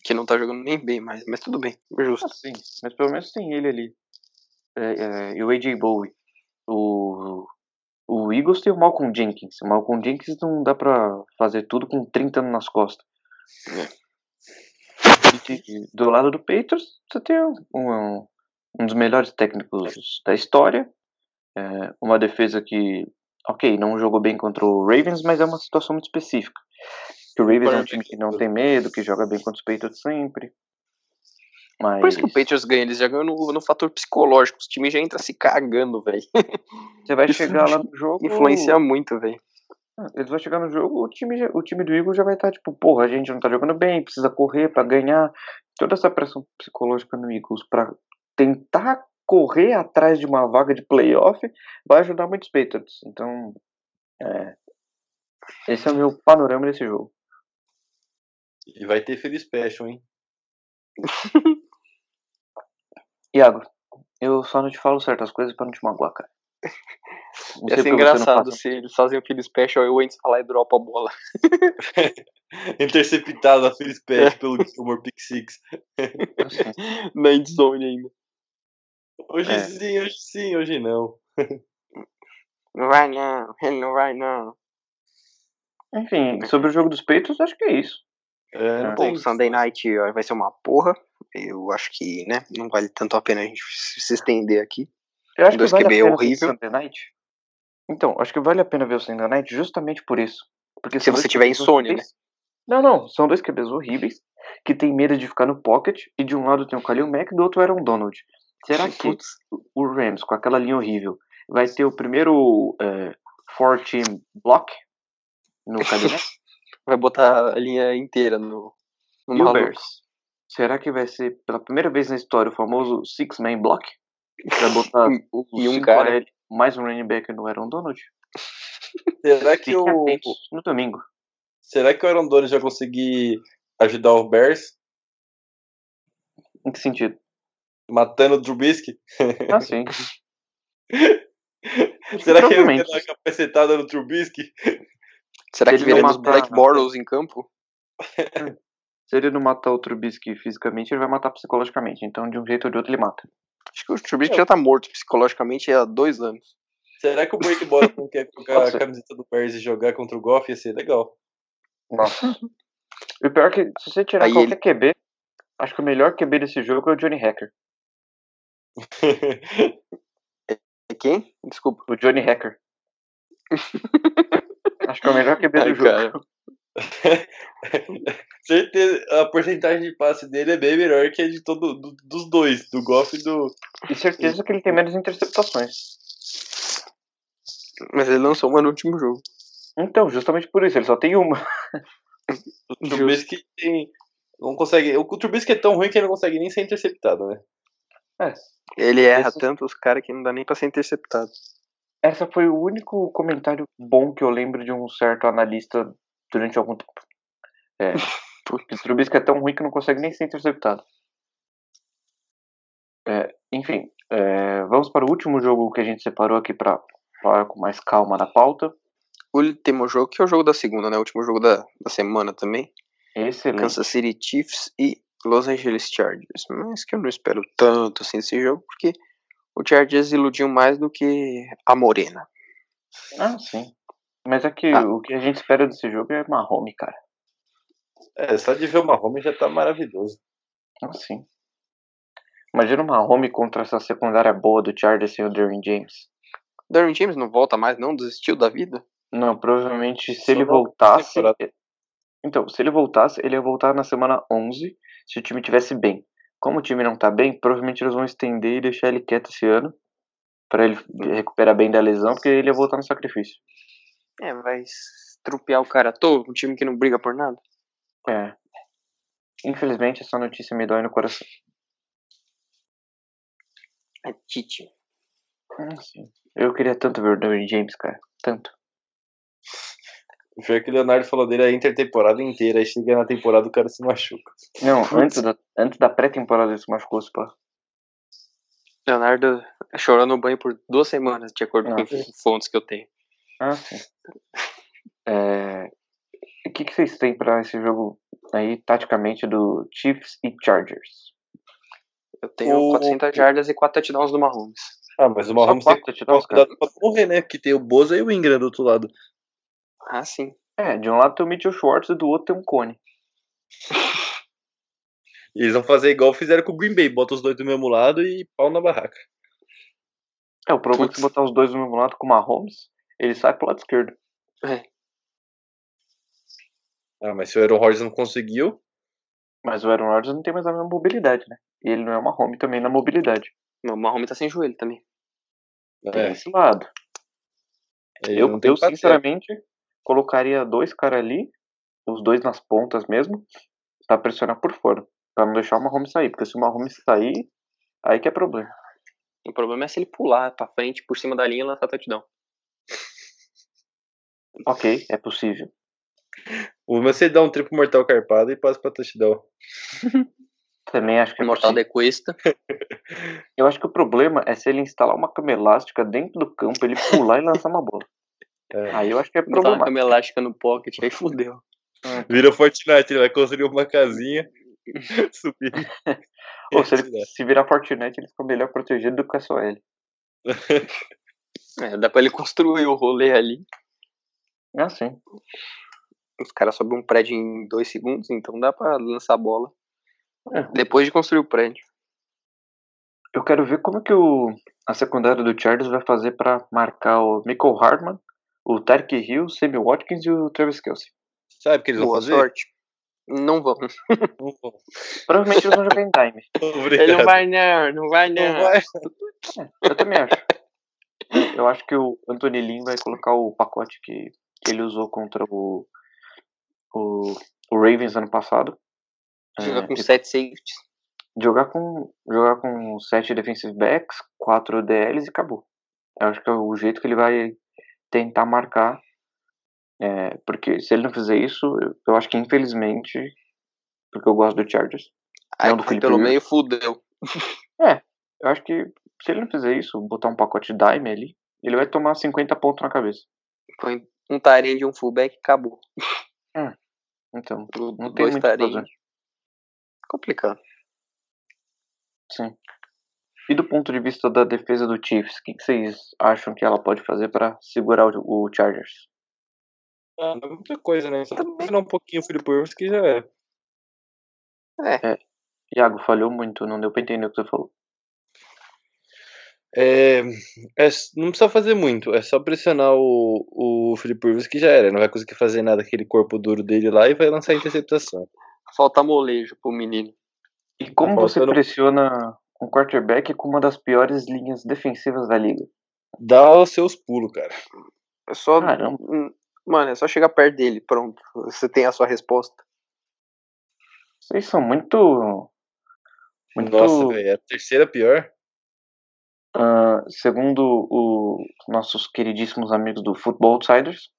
Speaker 1: Que não tá jogando nem bem mais, mas tudo bem, justo.
Speaker 2: Ah, sim, mas pelo menos tem ele ali. É, é, e o AJ Bowie. O, o Eagles tem o Malcolm Jenkins. O Malcolm Jenkins não dá pra fazer tudo com 30 anos nas costas. É. E de- Do lado do Patriots, você tem um, um, um dos melhores técnicos da história. É, uma defesa que, ok, não jogou bem contra o Ravens, mas é uma situação muito específica. Que o Ravens é um time que não tem medo, que joga bem contra os Patriots sempre. Mas...
Speaker 1: Por É isso que o Patriots ganha, eles já ganham no, no fator psicológico. Os times já entram se cagando, velho.
Speaker 2: Você vai
Speaker 1: Isso
Speaker 2: chegar lá no jogo.
Speaker 1: Influencia muito, velho.
Speaker 2: Ah, Eles vão chegar no jogo, o time, já- o time do Eagles já vai estar tipo, porra, a gente não tá jogando bem, precisa correr pra ganhar. Toda essa pressão psicológica no Eagles pra tentar correr atrás de uma vaga de playoff vai ajudar muito os Patriots. Então, é, esse é o meu panorama desse jogo.
Speaker 3: E vai ter Feliz Passion, hein?
Speaker 2: Iago, eu só não te falo certas coisas pra não te magoar, cara. Não
Speaker 1: Ia ser
Speaker 2: sei porque você não
Speaker 1: engraçado
Speaker 2: faz-
Speaker 1: se eles fazem o filho special e o Wentz falar e dropa a bola.
Speaker 3: Interceptado a Feliz Passion pelo Gilmore Pick Six.
Speaker 1: Na endzone ainda.
Speaker 3: Hoje
Speaker 2: É.
Speaker 3: sim, hoje sim, hoje não.
Speaker 1: Não vai não, ele não vai não.
Speaker 2: Enfim, sobre o jogo dos Patriots, acho que é isso.
Speaker 3: É, não
Speaker 2: Ah.
Speaker 1: Bom,
Speaker 3: tem-
Speaker 1: Sunday Night ó, vai ser uma porra. Eu acho que, né, não vale tanto a pena a gente se se estender aqui.
Speaker 2: Eu acho que
Speaker 1: Um Dois
Speaker 2: vale a
Speaker 1: QB
Speaker 2: pena
Speaker 1: horrível.
Speaker 2: ver o Sunday Night. Então, acho que vale a pena ver o Sunday Night justamente por isso. Porque
Speaker 1: Se
Speaker 2: são
Speaker 1: você
Speaker 2: dois
Speaker 1: tiver
Speaker 2: QBs
Speaker 1: insônia, né?
Speaker 2: horríveis. Não, não. São dois QBs horríveis que tem medo de ficar no pocket e de um lado tem o Khalil Mack e do outro era um Donald. Será que
Speaker 1: Putz.
Speaker 2: o Rams, com aquela linha horrível, vai ter o primeiro é, four team block no Khalil Mack?
Speaker 1: Vai botar a linha inteira no, no
Speaker 2: E o
Speaker 1: maluco.
Speaker 2: Bears? Será que vai ser pela primeira vez na história o famoso six man block? Vai botar
Speaker 1: E-
Speaker 2: o
Speaker 1: e um
Speaker 2: cinco
Speaker 1: cara.
Speaker 2: AL, mais um running back no Aaron Donald?
Speaker 3: Será que
Speaker 2: Fiquem
Speaker 3: o.
Speaker 2: atentos no domingo.
Speaker 3: Será que o Aaron Donald já conseguir ajudar o Bears
Speaker 2: Em que sentido?
Speaker 3: matando o Trubisky?
Speaker 2: Ah, sim.
Speaker 3: Será que ele vai
Speaker 2: Provavelmente.
Speaker 3: dar uma capacetada no Trubisky?
Speaker 1: Será que
Speaker 2: Se ele não
Speaker 1: veremos
Speaker 2: matar-
Speaker 1: Black Bortles em campo?
Speaker 2: Se ele não matar o Trubisky fisicamente, ele vai matar psicologicamente. Então, de um jeito ou de outro, ele mata.
Speaker 1: Acho que o Trubisky já tá morto psicologicamente há dois anos.
Speaker 3: Será que o Blake Bortles não quer colocar
Speaker 2: Nossa.
Speaker 3: a camiseta do Bears e jogar contra o Goff? Ia ser legal.
Speaker 2: Nossa. e o pior é que, se você tirar
Speaker 1: Aí
Speaker 2: qualquer QB, acho que o melhor QB desse jogo é o Johnny Hacker.
Speaker 1: É quem? Desculpa.
Speaker 2: O Johnny Hacker. acho que é o melhor QB do
Speaker 1: Ai,
Speaker 2: jogo.
Speaker 1: cara.
Speaker 3: Certeza, a porcentagem de passe dele é bem melhor que a de todo, do- dos dois, do Goff e do.
Speaker 2: E certeza que ele tem menos interceptações.
Speaker 1: Mas ele lançou uma no último jogo.
Speaker 2: Então, justamente por isso, ele só tem uma.
Speaker 3: O Trubisky tem. Não consegue. O Trubisky é tão ruim que ele não consegue nem ser interceptado, né?
Speaker 2: É.
Speaker 1: Ele erra
Speaker 2: Esse-
Speaker 1: tanto os caras que não dá nem pra ser interceptado.
Speaker 2: Essa foi o único comentário bom que eu lembro de um certo analista durante algum tempo. É. que o Trubisky é tão ruim que não consegue nem ser interceptado. É, enfim, é, vamos para o último jogo que a gente separou aqui para falar com mais calma na pauta.
Speaker 1: O último jogo, que é o jogo da segunda, né? O último jogo da, da semana também.
Speaker 2: Excelente.
Speaker 1: Kansas City Chiefs e Los Angeles Chargers. Mas que eu não espero tanto assim esse jogo, porque o Chargers iludiu mais do que a Morena.
Speaker 2: Ah, sim. Mas é que
Speaker 1: Ah.
Speaker 2: o que a gente espera desse jogo é Mahomes, cara.
Speaker 3: É, só de ver o Mahomes já tá maravilhoso.
Speaker 2: Assim. Imagina uma home contra essa secundária boa do Chargers e o Derwin James.
Speaker 1: Darren James não volta mais, não? Desistiu da vida?
Speaker 2: Não, provavelmente se
Speaker 3: Só
Speaker 2: ele
Speaker 3: na última
Speaker 2: voltasse.
Speaker 3: temporada.
Speaker 2: Então, se ele voltasse, ele ia voltar na semana 11, se o time tivesse bem. Como o time não tá bem, provavelmente eles vão estender e deixar ele quieto esse ano, Pra ele recuperar bem da lesão, porque ele ia voltar no sacrifício.
Speaker 1: É, vai estrupiar o cara todo, um time que não briga por nada.
Speaker 2: É. Infelizmente, essa notícia me dói no coração.
Speaker 1: É Tite.
Speaker 2: Ah, Assim, Eu queria tanto ver o Dwayne James, cara. Tanto.
Speaker 4: O
Speaker 3: é
Speaker 4: pior que o Leonardo falou dele a intertemporada inteira, aí chega na temporada o cara se machuca.
Speaker 2: Não, antes da, antes da pré-temporada ele se machucou, se pá.
Speaker 1: Leonardo chorou no banho por duas semanas, de acordo
Speaker 2: Ah.
Speaker 1: com as fontes que eu tenho.
Speaker 2: Ah, sim. É, O que, que vocês têm pra esse jogo aí, taticamente, do Chiefs e Chargers?
Speaker 1: Eu tenho
Speaker 4: O-
Speaker 1: 400 jardas e 4 touchdowns do Mahomes.
Speaker 4: Ah, mas o Mahomes
Speaker 2: Só
Speaker 4: tem que
Speaker 2: quatro
Speaker 4: tomar
Speaker 2: touchdowns, cara?
Speaker 4: cuidado pra morrer, né? Que tem o Boza e o Ingram do outro lado.
Speaker 1: Ah, sim.
Speaker 2: É, de um lado tem o Mitchell Schwartz e do outro tem um Cone.
Speaker 4: E eles vão fazer igual fizeram com o Green Bay, bota os dois do mesmo lado e pau na barraca.
Speaker 2: É, o problema é que se
Speaker 1: Putz.
Speaker 2: botar os dois no mesmo lado com o Mahomes, ele sai pro lado esquerdo.
Speaker 4: Ah, mas se o Aaron Rodgers não conseguiu,
Speaker 2: Mas o Aaron Rodgers não tem mais a mesma mobilidade, né? E ele não é uma home também na mobilidade.
Speaker 1: O Mahomes tá sem joelho também.
Speaker 2: Tem
Speaker 4: é,
Speaker 2: esse lado.
Speaker 4: ele
Speaker 2: Eu,
Speaker 4: não tem né?
Speaker 2: eu
Speaker 4: paciência.
Speaker 2: sinceramente, colocaria dois caras ali, os dois nas pontas mesmo, pra pressionar por fora. Pra não deixar o Mahomes sair. Porque se o Mahomes sair, aí que é problema.
Speaker 1: O problema é se ele pular pra frente, por cima da linha e lançar touchdown.
Speaker 2: Ok, é possível.
Speaker 4: O meu você dá um triplo mortal carpado e passa pra touchdown.
Speaker 2: Também acho que é
Speaker 1: Mortal
Speaker 2: possível.
Speaker 1: de Cuesta.
Speaker 2: Eu acho que o problema é se ele instalar uma cama elástica dentro do campo, ele pular e lançar uma bola.
Speaker 4: É.
Speaker 2: Aí eu acho que é
Speaker 1: Botar uma
Speaker 2: problemático.
Speaker 1: cama elástica no pocket, aí fudeu.
Speaker 4: Vira Fortnite, ele vai construir uma casinha, subir.
Speaker 2: Ou se
Speaker 4: né?
Speaker 2: ele se virar Fortnite, ele fica melhor protegido do que o SOL.
Speaker 1: É, dá pra ele construir o rolê ali.
Speaker 2: Ah, sim.
Speaker 1: Os caras sobem um prédio em dois segundos, então dá pra lançar a bola.
Speaker 2: É.
Speaker 1: Depois de construir o prédio.
Speaker 2: Eu quero ver como é que o, a secundária do Chargers vai fazer pra marcar o Michael Hartman, o Tark Hill, o Sammy Watkins e o Travis Kelsey.
Speaker 4: Sabe o que eles vão
Speaker 1: Boa
Speaker 4: fazer?
Speaker 1: sorte. Não vamos.
Speaker 4: Não vão.
Speaker 2: Provavelmente eles vão jogar em time.
Speaker 4: Obrigado.
Speaker 1: Ele não vai né? não, não vai
Speaker 4: Não
Speaker 1: não.
Speaker 4: vai.
Speaker 2: Eu também acho. Eu acho que o Anthony Lynn vai colocar o pacote que ele usou contra o, o, o Ravens ano passado.
Speaker 1: Joga
Speaker 2: É,
Speaker 1: com sete safeties.
Speaker 2: jogar com jogar com sete defensive backs, quatro DLs e acabou. Eu acho que é o jeito que ele vai tentar marcar, é, porque se ele não fizer isso, eu, eu acho que infelizmente, porque eu gosto do Chargers,
Speaker 1: Aí
Speaker 2: Não, É um do
Speaker 1: aí
Speaker 2: Felipe
Speaker 1: pelo
Speaker 2: Luiz.
Speaker 1: meio fudeu.
Speaker 2: eu acho que se ele não fizer isso, botar um pacote dime ali, ele vai tomar 50 pontos na cabeça.
Speaker 1: Foi um tarende e um fullback acabou.
Speaker 2: Então,
Speaker 1: Do-
Speaker 2: Não tem
Speaker 1: dois
Speaker 2: muito o que
Speaker 1: tarende.
Speaker 2: fazer.
Speaker 1: Complicado.
Speaker 2: e do ponto de vista da defesa do Chiefs, o que, que vocês acham que ela pode fazer para segurar o, o Chargers?
Speaker 4: Ah, não é muita coisa, né? Só treinar um pouquinho o Philip Rivers que já é.
Speaker 2: Iago, falhou muito, não deu pra entender o que você falou.
Speaker 4: É, é s- Não precisa fazer muito, é só pressionar o, o Philip Rivers que já era. Não vai conseguir fazer nada com aquele corpo duro dele lá e vai lançar a interceptação.
Speaker 1: Falta molejo pro menino.
Speaker 2: E como você
Speaker 4: Tá faltando-
Speaker 2: pressiona um quarterback com uma das piores linhas defensivas da liga?
Speaker 4: Dá os seus pulos, cara.
Speaker 1: É só.
Speaker 2: Caramba.
Speaker 1: Hum, Mano, é só chegar perto dele, pronto. Você tem a sua resposta.
Speaker 2: Vocês são muito. Muito.
Speaker 4: Nossa, velho, é a terceira pior.
Speaker 2: ah, segundo os nossos queridíssimos amigos do Football Outsiders,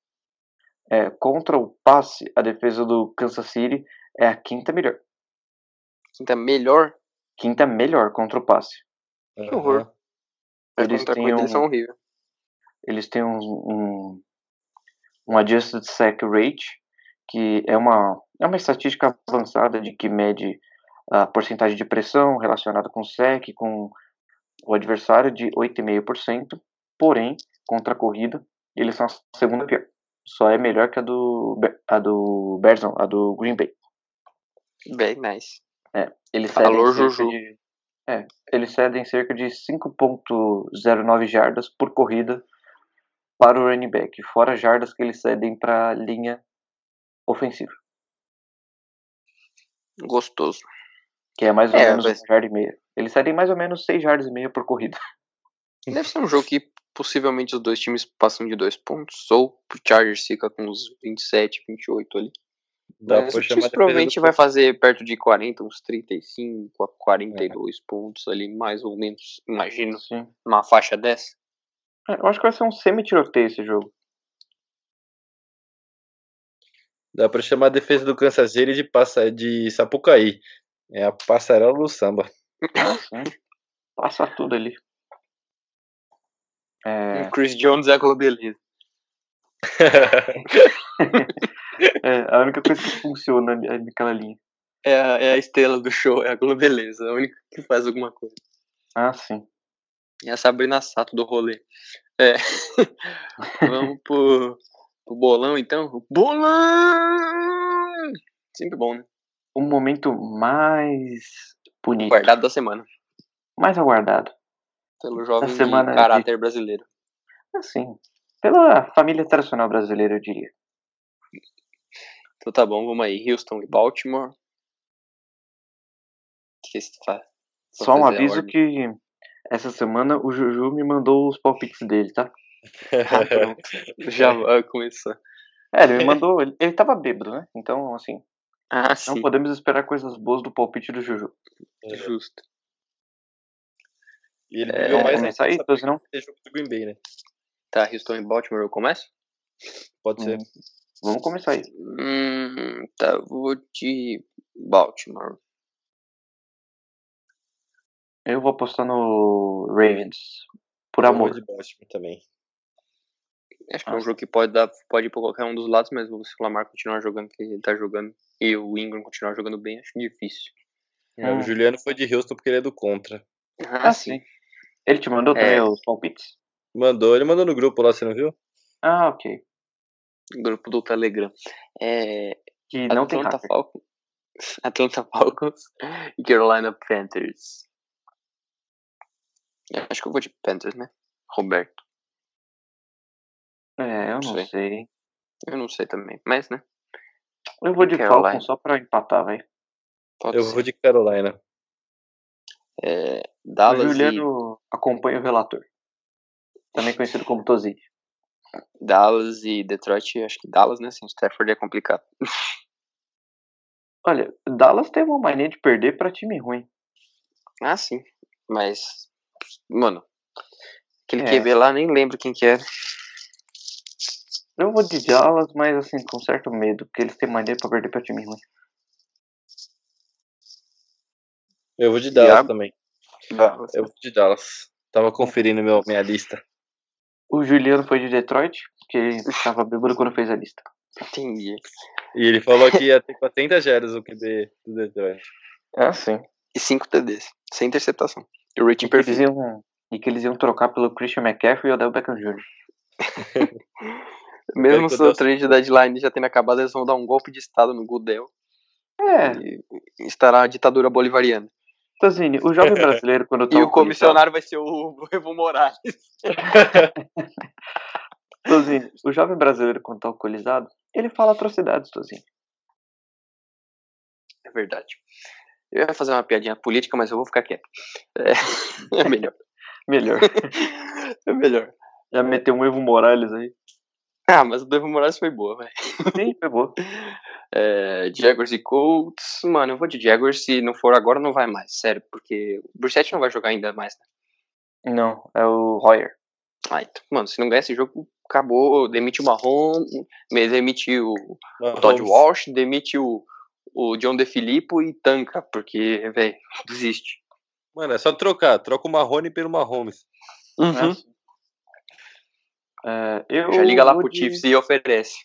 Speaker 2: é, contra o passe, a defesa do Kansas City é a quinta melhor.
Speaker 1: Quinta melhor
Speaker 2: Quinta melhor contra o passe.
Speaker 4: Que
Speaker 1: horror.
Speaker 2: Eles
Speaker 1: contra a
Speaker 2: têm
Speaker 1: corrida,
Speaker 2: um-
Speaker 1: eles são horríveis.
Speaker 2: eles têm um, um, um adjusted sack rate, que é uma, é uma estatística avançada de que mede a porcentagem de pressão relacionada com o sack, com o adversário de 8,5%, porém, contra a corrida, eles são a segunda pior. Só é melhor que a do, Be- a do Bears, não, a do Green Bay.
Speaker 1: Bem, nice.
Speaker 2: Eles
Speaker 1: Alô,
Speaker 2: cedem cerca
Speaker 1: Tá Juju.
Speaker 2: de- é, eles cedem cerca de 5.09 jardas por corrida para o running back, fora jardas que eles cedem para a linha ofensiva,
Speaker 1: Gostoso.
Speaker 2: que é mais ou
Speaker 1: É,
Speaker 2: menos
Speaker 1: mas-
Speaker 2: 1 jarda e meia. Eles cedem mais ou menos 6 jardas e meia por corrida.
Speaker 1: Deve ser um jogo que possivelmente os dois times passam de dois pontos. Ou o Chargers fica com uns 27, 28 ali.
Speaker 4: Dá
Speaker 1: Mas
Speaker 4: pra
Speaker 1: o
Speaker 4: chamar
Speaker 1: Chiefs
Speaker 4: a defesa do
Speaker 1: É, provavelmente vai
Speaker 4: Philip
Speaker 1: fazer perto de 40, uns 35 a
Speaker 4: É.
Speaker 1: 42 pontos ali, mais ou menos. Imagino.
Speaker 2: Sim.
Speaker 1: Uma faixa dessa.
Speaker 2: É, Eu acho que vai ser um semi-tiroteio esse jogo.
Speaker 4: Dá pra chamar a defesa do Kansas City de, passa, de Sapucaí. É a passarela do samba.
Speaker 2: Ah, Passa tudo ali. É,
Speaker 1: O Chris Jones é a Globeleza.
Speaker 2: é, a única coisa que funciona ali- naquela linha.
Speaker 1: É a, é a estrela do show, é a Globeleza. É a única que faz alguma coisa.
Speaker 2: Ah, sim.
Speaker 1: E a Sabrina Sato do rolê. É. Vamos pro, pro bolão, então? O Bolão! Sempre bom, né?
Speaker 2: O Um momento mais bonito,
Speaker 1: Guardado da semana.
Speaker 2: mais aguardado.
Speaker 1: Pelo jovem de
Speaker 2: semana é
Speaker 1: caráter brasileiro.
Speaker 2: Assim, pela família tradicional brasileira, eu diria.
Speaker 1: Então tá bom, vamos aí. Houston e Baltimore. O que você faz? Vou
Speaker 2: Só um
Speaker 1: fazer a
Speaker 2: aviso
Speaker 1: ordem.
Speaker 2: que essa semana o Juju me mandou os palpites dele, tá? um
Speaker 1: Ah, pronto. Já vai começar.
Speaker 2: É, ele me mandou. Ele, ele tava bêbado, né? Então, assim,
Speaker 1: Ah,
Speaker 2: não
Speaker 1: sim.
Speaker 2: podemos esperar coisas boas do palpite do Juju.
Speaker 1: Justo.
Speaker 4: E ele
Speaker 1: É,
Speaker 4: bebeu
Speaker 2: Vamos
Speaker 4: mais
Speaker 2: começar aí,
Speaker 4: nessa
Speaker 2: então, senão.
Speaker 4: que esse jogo do Green Bay, né?
Speaker 1: Tá, Houston e Baltimore, eu começo?
Speaker 4: Pode ser.
Speaker 2: Hum, Vamos começar aí.
Speaker 1: Hum, tá, eu vou de Baltimore.
Speaker 2: Eu vou apostar no Ravens. Por
Speaker 4: Eu
Speaker 2: amor.
Speaker 4: vou de Baltimore também.
Speaker 1: Acho que
Speaker 2: Ah.
Speaker 1: é um jogo que pode, dar, pode ir pra qualquer um dos lados, mas se o Lamar continuar jogando que ele tá jogando e o Ingram continuar jogando bem, acho difícil.
Speaker 4: É,
Speaker 2: Hum.
Speaker 4: O Juliano foi de Houston porque ele é do contra.
Speaker 1: Ah,
Speaker 2: Ah, sim. Ele te mandou também
Speaker 1: É.
Speaker 2: os palpites?
Speaker 4: Mandou, ele mandou no grupo lá, você não viu?
Speaker 2: Ah, ok.
Speaker 1: Grupo do Telegram. É,
Speaker 2: Que não tem
Speaker 1: Atlanta
Speaker 2: hacker.
Speaker 1: Falcons. Atlanta Falcons e Carolina Panthers. Eu Acho que eu vou de Panthers, né? Roberto.
Speaker 2: É, eu não
Speaker 1: Sei.
Speaker 2: sei.
Speaker 1: Eu não sei também, mas né?
Speaker 2: Eu vou de
Speaker 1: Caroline.
Speaker 2: Falcon só pra empatar, velho.
Speaker 1: Pode
Speaker 4: Eu
Speaker 1: ser.
Speaker 4: vou de Carolina.
Speaker 1: É,
Speaker 2: O
Speaker 1: Dallas, e,
Speaker 2: Juliano acompanha o relator. Também conhecido como Tozid.
Speaker 1: Dallas e Detroit, acho que Dallas, né? Sem Stafford é complicado.
Speaker 2: Olha, Dallas tem uma mania de perder pra time ruim.
Speaker 1: Ah, sim. Mas, mano, aquele
Speaker 2: É.
Speaker 1: QB lá, nem lembro quem que era.
Speaker 2: Eu vou de Dallas, mas assim, com certo medo, porque eles têm mania pra perder pra time ruim.
Speaker 4: Eu vou de Dallas
Speaker 1: Iago?
Speaker 4: também.
Speaker 1: Dallas.
Speaker 4: Eu vou de Dallas. Tava conferindo meu, minha lista.
Speaker 2: O Juliano foi de Detroit, porque tava bêbado quando fez a lista.
Speaker 1: Entendi.
Speaker 4: E ele falou que ia ter 40 geras o QB do Detroit.
Speaker 1: É,
Speaker 2: Ah, sim.
Speaker 1: E 5 TDs, sem interceptação. E o rating
Speaker 2: E que, eles
Speaker 1: perfeito.
Speaker 2: iam, e que eles iam trocar pelo Christian McCaffrey e o Odell Beckham Jr.
Speaker 1: Mesmo
Speaker 4: Quero que
Speaker 1: se
Speaker 4: eu
Speaker 1: o
Speaker 4: dê
Speaker 1: trade da deadline já tendo acabado, eles vão dar um golpe de estado no Gudel.
Speaker 2: É,
Speaker 1: E estará a ditadura bolivariana.
Speaker 2: Tazini, o jovem brasileiro quando tá
Speaker 1: E o comissionávo vai ser o Evo Morales.
Speaker 2: Tozini, o jovem brasileiro quando tá alcoolizado, ele fala atrocidades, Tozini.
Speaker 1: É verdade. Eu ia fazer uma piadinha política, mas eu vou ficar quieto. É, é melhor.
Speaker 2: Melhor.
Speaker 1: É melhor.
Speaker 2: Já meteu um Evo Morales aí.
Speaker 1: Ah, mas o do Evo Morales foi boa, velho.
Speaker 2: Sim, pegou.
Speaker 1: É, Jaguars e Colts. Mano, eu vou de Jaguars. Se não for agora, não vai mais. Sério, porque o Brissette não vai jogar ainda mais. Né?
Speaker 2: Não, é o Royer.
Speaker 1: Ah, então, mano, se não ganhar esse jogo, acabou. Demite o Marrom, demite o, o Todd Walsh, demite o, o John DeFilippo e tanca, porque, velho, desiste.
Speaker 4: Mano, é só trocar. Troca o Marrone pelo Mahomes.
Speaker 2: Uhum.
Speaker 1: Né?
Speaker 2: assim? É, eu
Speaker 1: Já liga lá
Speaker 2: vou
Speaker 1: pro
Speaker 2: de-
Speaker 1: Chiefs e oferece.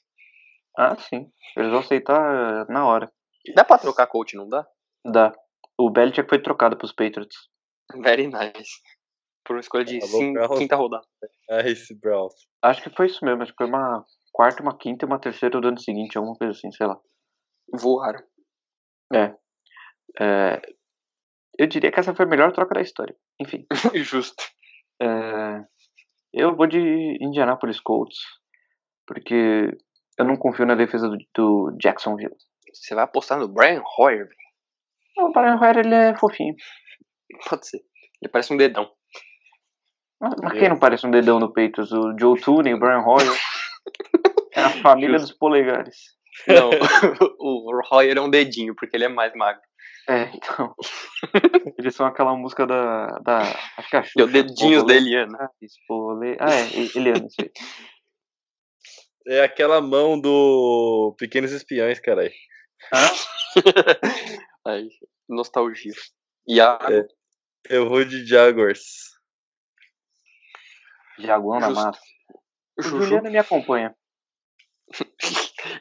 Speaker 2: Ah, sim. Eles vão aceitar eh, na hora.
Speaker 1: Dá pra trocar coach, não dá?
Speaker 2: Dá. O Belichick foi trocado pros Patriots.
Speaker 1: Very nice. Por uma escolha de
Speaker 2: Tá
Speaker 4: Alô,
Speaker 1: cin-
Speaker 2: é
Speaker 4: Carlos?
Speaker 1: quinta rodada.
Speaker 4: Ice Ah, Brown.
Speaker 2: Acho que foi isso mesmo. Acho que foi uma quarta, uma quinta e uma terceira do ano seguinte, alguma coisa assim, sei lá.
Speaker 1: Voaram.
Speaker 2: É, eu diria que essa foi a melhor troca da história. Enfim,
Speaker 1: Justo.
Speaker 2: é, eu vou de Indianapolis Colts, porque eu não confio na defesa do, do Jacksonville.
Speaker 1: Você vai apostar no Brian Hoyer, velho.
Speaker 2: O Brian Hoyer, ele é fofinho.
Speaker 1: Pode ser. Ele parece um dedão.
Speaker 2: Mas, mas
Speaker 4: Eu-
Speaker 1: É.
Speaker 2: quem não parece um dedão no peito? O Joe Tooney, o Brian Hoyer. É a família dos polegares.
Speaker 1: Não, o Hoyer é um dedinho, porque ele é mais magro.
Speaker 2: É, então. Eles são aquela música da. da acho que a
Speaker 1: É
Speaker 2: Xuxa,
Speaker 1: o dedinhos
Speaker 2: Borboleta,
Speaker 1: dele, Ana.
Speaker 2: é espole- Ah, é, Eliana, isso aí.
Speaker 4: É aquela mão do Pequenos Espiões, caralho.
Speaker 1: Aí, nostalgia. Iago,
Speaker 4: É. Eu vou de Jaguars.
Speaker 2: Jaguão na
Speaker 1: Justo.
Speaker 2: mata. O
Speaker 1: Juju,
Speaker 2: Juliano me acompanha.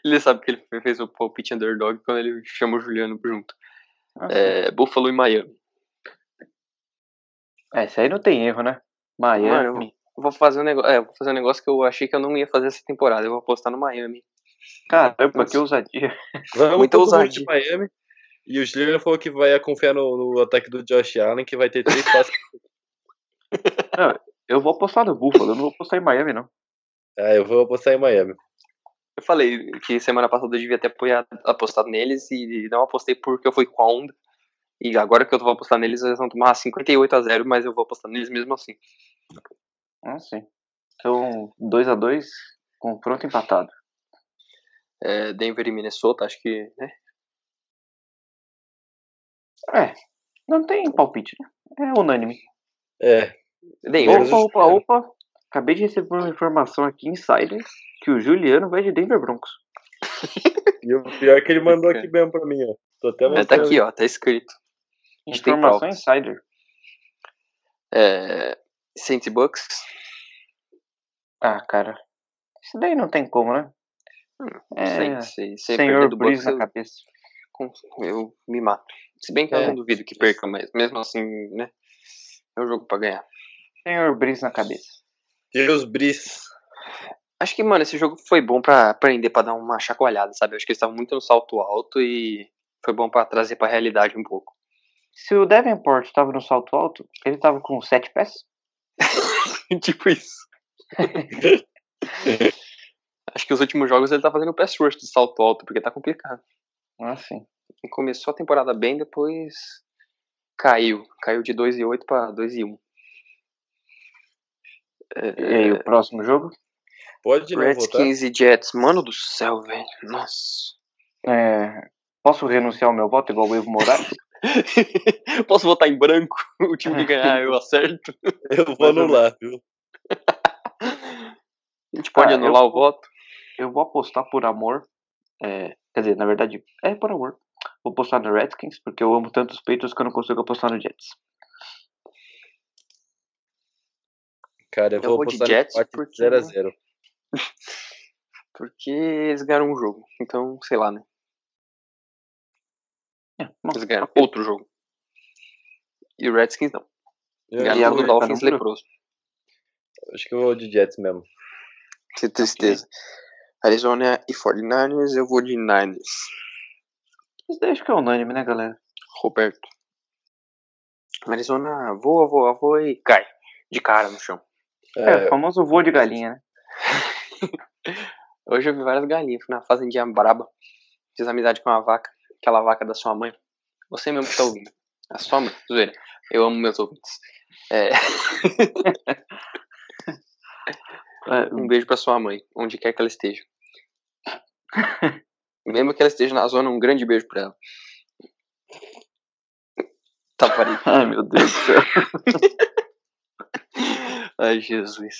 Speaker 1: ele sabe que ele fez o palpite underdog quando ele chama o Juliano junto.
Speaker 2: Ah,
Speaker 1: É, Buffalo e Miami.
Speaker 2: É, isso aí não tem erro, né?
Speaker 1: Mano,
Speaker 2: Miami.
Speaker 1: eu vou fazer um negócio. É, eu vou fazer um negócio que eu achei que eu não ia fazer essa temporada. Eu vou apostar no Miami.
Speaker 2: Caramba,
Speaker 1: Nossa.
Speaker 2: que ousadia.
Speaker 4: Vamos
Speaker 1: Muita
Speaker 4: todo mundo
Speaker 1: ousadia.
Speaker 4: de Miami. E o Juliano falou que vai confiar no, no ataque do Josh Allen, que vai ter três passes.
Speaker 2: Eu vou apostar no Buffalo, eu não vou apostar em Miami, não.
Speaker 4: ah, eu vou apostar em Miami.
Speaker 1: Eu falei que semana passada eu devia ter apoiado, apostado neles e não apostei porque eu fui com a onda. E agora que eu vou apostar neles, eles vão tomar 58 a 0 mas eu vou apostar neles mesmo assim.
Speaker 2: Ah, sim. Então, 2x2, confronto empatado.
Speaker 1: É, Denver e Minnesota, acho que. Né?
Speaker 2: É, Não tem palpite, né? É unânime.
Speaker 4: É,
Speaker 1: Denver.
Speaker 4: Menos
Speaker 2: Opa,
Speaker 4: o
Speaker 2: opa, opa. Acabei de receber uma informação aqui, insider, que o Juliano vai de Denver Broncos.
Speaker 4: e o pior é que ele mandou aqui mesmo pra mim, ó. Tô até
Speaker 1: É, tá aqui, ó, tá escrito. A gente tem
Speaker 2: Informação
Speaker 1: palpites.
Speaker 2: insider.
Speaker 1: É, Saints e Bucks.
Speaker 2: Ah, cara. Isso daí não tem como, né? É,
Speaker 1: Saints, se, se perder
Speaker 2: senhor
Speaker 1: do
Speaker 2: Breeze
Speaker 1: Bucks,
Speaker 2: na
Speaker 1: eu,
Speaker 2: cabeça.
Speaker 1: com- eu me mato. Se bem que eu
Speaker 4: É.
Speaker 1: não duvido que perca, mas mesmo assim, né? É um jogo pra ganhar.
Speaker 2: Senhor Breeze na cabeça.
Speaker 4: Deus bris.
Speaker 1: Acho que, mano, esse jogo foi bom pra aprender, pra dar uma chacoalhada, sabe? Eu acho que eles estavam muito no salto alto e foi bom pra trazer pra realidade um pouco.
Speaker 2: Se o Davenport tava no salto alto, ele tava com 7 pés?
Speaker 1: tipo isso. acho que os últimos jogos ele tá fazendo pass rush de salto alto, porque tá complicado.
Speaker 2: Ah, sim.
Speaker 1: Ele começou a temporada bem, depois caiu. Caiu de 2 e 8 pra 2 e 1.
Speaker 2: E aí, o próximo jogo?
Speaker 4: Pode de novo voltar.
Speaker 1: Redskins e Jets, mano do céu, velho. Nossa.
Speaker 2: É, Posso renunciar ao meu voto igual o Evo Morales?
Speaker 1: Posso votar em branco? O time que ganhar eu acerto.
Speaker 4: Eu vou anular, viu?
Speaker 1: A gente pode
Speaker 2: Ah, eu-
Speaker 1: anular o voto.
Speaker 2: Eu vou apostar por amor. É, quer dizer, na verdade, é por amor. Vou apostar no Redskins, porque eu amo tanto os Patriots que eu não consigo apostar no Jets.
Speaker 4: Cara, eu,
Speaker 1: Eu vou de
Speaker 4: apostar
Speaker 1: Jets
Speaker 4: no empate
Speaker 1: porque-
Speaker 4: 0x0.
Speaker 1: Porque eles ganharam um jogo. Então, sei lá, né? É,
Speaker 2: bom,
Speaker 1: Eles ganharam outro jogo. E o Redskins não.
Speaker 2: e
Speaker 1: Ganharam
Speaker 2: agora,
Speaker 1: do Dolphins
Speaker 2: cara, não?
Speaker 1: leproso.
Speaker 4: Acho que eu vou de Jets mesmo.
Speaker 1: Que tristeza. Arizona e 49ers, eu vou de Niners.
Speaker 2: Isso daí acho que é unânime, né, galera?
Speaker 1: Roberto. Arizona voa, voa, voa e cai. De cara no chão.
Speaker 2: É,
Speaker 4: É,
Speaker 2: o famoso voo de galinha, né?
Speaker 1: Hoje eu vi várias galinhas. Fui na fazendinha braba. Fiz amizade com uma vaca. Aquela vaca da sua mãe. Você mesmo que tá ouvindo. A sua mãe. Zoeira. Eu amo meus ouvintes. É,
Speaker 2: É,
Speaker 1: um beijo pra sua mãe. Onde quer que ela esteja. Mesmo que ela esteja na zona, um grande beijo pra ela. Tá parindo.
Speaker 2: Ai, meu Deus do céu.
Speaker 1: Ai, Jesus.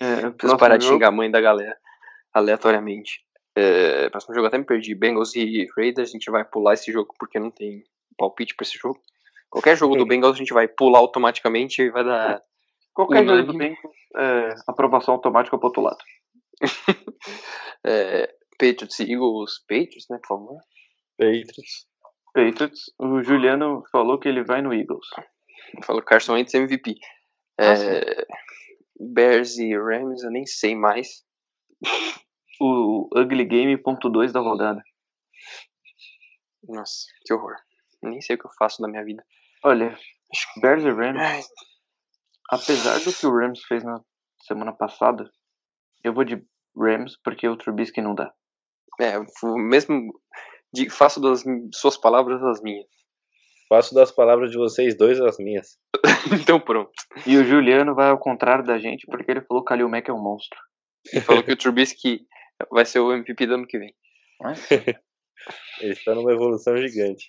Speaker 2: É,
Speaker 1: Preciso
Speaker 2: próximo
Speaker 1: parar de
Speaker 2: jogo.
Speaker 1: xingar a mãe da galera aleatoriamente. É, próximo jogo eu até me perdi. Bengals e Raiders, a gente vai pular esse jogo porque não tem palpite pra esse jogo. Qualquer jogo do Bengals a gente vai pular automaticamente e vai dar.
Speaker 2: Qualquer jogo do
Speaker 1: Unânime.
Speaker 2: Bengals, é, aprovação automática pro outro lado.
Speaker 1: É, Patriots e Eagles, Patriots, né, por favor.
Speaker 4: Patriots.
Speaker 2: Patriots, o Juliano falou que ele vai no Eagles.
Speaker 1: Falou Carson Wentz MVP. É,
Speaker 2: Ah, sim.
Speaker 1: Bears e Rams, eu nem sei mais.
Speaker 2: O Ugly Game ponto dois da rodada.
Speaker 1: Nossa, que horror. Nem sei o que eu faço da minha vida.
Speaker 2: Olha, Bears e Rams,
Speaker 1: Ai,
Speaker 2: apesar do que o Rams fez na semana passada, eu vou de Rams porque o Trubisky não dá.
Speaker 1: É, o mesmo. de- faço das suas palavras as minhas.
Speaker 4: Faço das palavras de vocês dois as minhas.
Speaker 1: Então pronto.
Speaker 2: E o Juliano vai ao contrário da gente porque ele falou que Kalil Mack é um monstro.
Speaker 1: Ele falou que o Trubisky vai ser o MVP do ano que vem.
Speaker 4: Ele está numa evolução gigante.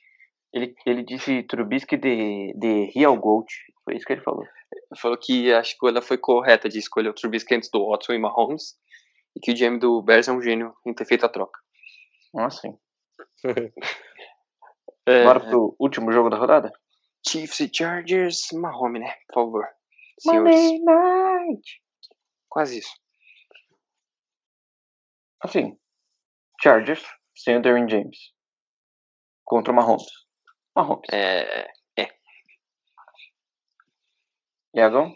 Speaker 2: Ele, ele disse Trubisky de, de Real Gold. Foi isso que ele falou.
Speaker 1: Ele falou que a escolha foi correta de escolher o Trubisky antes do Watson e Mahomes. e que o GM do Bears é um gênio em ter feito a troca.
Speaker 2: Ah, sim.
Speaker 1: É,
Speaker 2: Bora pro último jogo da rodada?
Speaker 1: Chiefs e Chargers, Mahomes, né? Por favor. Senhores,
Speaker 2: Monday Night!
Speaker 1: quase isso.
Speaker 2: Assim, Chargers sem o Darren James. Contra o Mahomes. Mahomes.
Speaker 1: É,
Speaker 2: Iagão?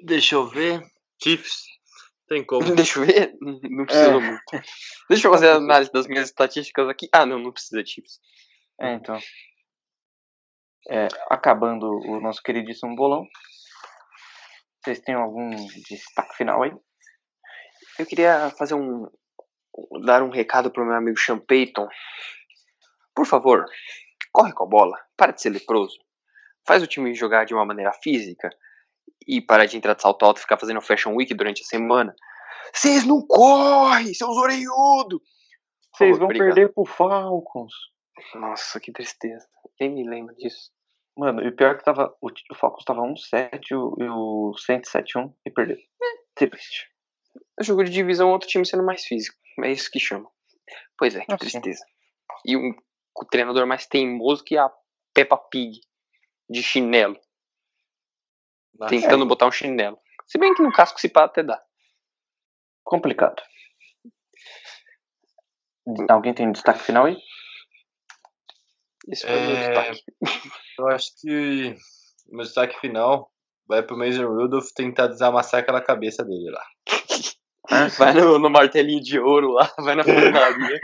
Speaker 3: Deixa eu ver. Chiefs. Tem como.
Speaker 1: Deixa eu ver. Não precisa
Speaker 2: É.
Speaker 1: muito. Deixa eu fazer a análise das minhas estatísticas aqui. Ah, não, não precisa, Chiefs.
Speaker 2: É, então. É, acabando o nosso queridíssimo bolão. Vocês têm algum destaque final aí?
Speaker 1: Eu queria fazer um. dar um recado pro meu amigo Sean Payton. Por favor, corre com a bola, para de ser leproso. Faz o time jogar de uma maneira física e para de entrar de salto alto e ficar fazendo fashion week durante a semana. Vocês não correm, seus orelhudos!
Speaker 2: Vocês vão
Speaker 1: Obrigado.
Speaker 2: perder pro Falcons.
Speaker 1: Nossa, que tristeza. Nem me lembro disso.
Speaker 2: Mano, e o pior é que tava. O, t- o Falcons tava 1-7 e o- e o Saints 7-1 e perdeu. Triste.
Speaker 1: É jogo de divisão, outro time sendo mais físico. É isso que chama. Pois é, que
Speaker 2: Ah, sim.
Speaker 1: tristeza. E um co- treinador mais teimoso que a Peppa Pig, de chinelo, tentando botar um chinelo. Se bem que no casco se pá até dá.
Speaker 2: Complicado. D- Hum. Alguém tem destaque final aí?
Speaker 1: Isso foi o meu
Speaker 3: É.
Speaker 1: destaque.
Speaker 3: Eu acho que o meu destaque final vai pro Mason Rudolph tentar desamassar aquela cabeça dele lá.
Speaker 1: Vai no, no martelinho de ouro lá, vai na fornaria.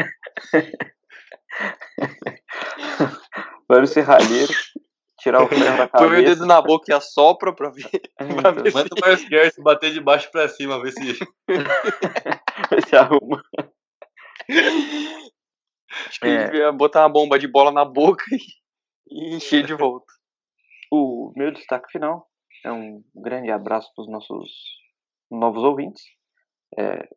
Speaker 2: Vai o serralheiro, tirar o ferro da
Speaker 1: põe meu
Speaker 2: cabeça.
Speaker 1: dedo na boca e assopra pra ver.
Speaker 2: É,
Speaker 1: pra
Speaker 2: então,
Speaker 1: ver se-
Speaker 3: Manda o Miles Garrett bater de baixo pra cima, ver se.
Speaker 2: se arruma.
Speaker 1: Acho que ele devia botar uma bomba de bola na boca e, e encher de volta.
Speaker 2: O meu destaque final é um grande abraço para os nossos novos ouvintes. É,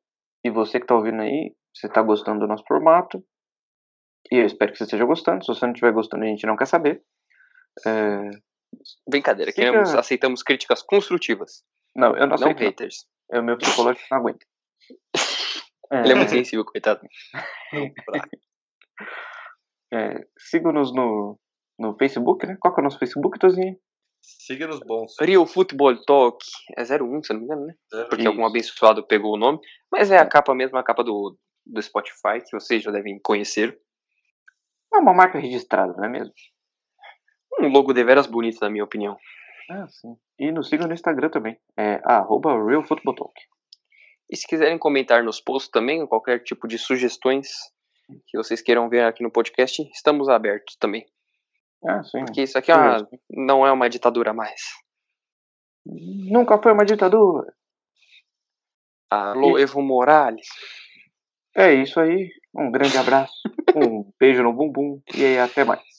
Speaker 2: e você que está ouvindo aí, você está gostando do nosso formato. E eu espero que você esteja gostando. Se você não estiver gostando, a gente não quer saber. É,
Speaker 1: Brincadeira,
Speaker 2: Fica-
Speaker 1: queremos, aceitamos críticas construtivas,
Speaker 2: não, eu não
Speaker 1: não
Speaker 2: aceito. não.
Speaker 1: haters.
Speaker 2: É o meu psicológico não aguenta. É,
Speaker 1: Ele é muito sensível, coitado.
Speaker 2: é, Siga-nos no, no Facebook, né? Qual que é o nosso Facebook, Tozinho?
Speaker 3: Siga nos bons.
Speaker 1: Real Football Talk é 01, se eu não me engano, né? Porque
Speaker 2: Isso.
Speaker 1: algum abençoado pegou o nome. Mas é a capa mesmo, a capa do, do Spotify, que vocês já devem conhecer.
Speaker 2: É uma marca registrada, não é mesmo?
Speaker 1: Um logo deveras bonito, na minha opinião.
Speaker 2: Ah, sim. E nos sigam no Instagram também. É arroba RealFootballTalk.
Speaker 1: E se quiserem comentar nos posts também, qualquer tipo de sugestões que vocês queiram ver aqui no podcast, estamos abertos também.
Speaker 2: Ah, sim.
Speaker 1: Porque isso aqui é uma- não é uma ditadura mais.
Speaker 2: Nunca foi uma ditadura.
Speaker 1: Alô, Evo Morales.
Speaker 2: É isso aí. Um grande abraço. um beijo no bumbum. E aí, até mais.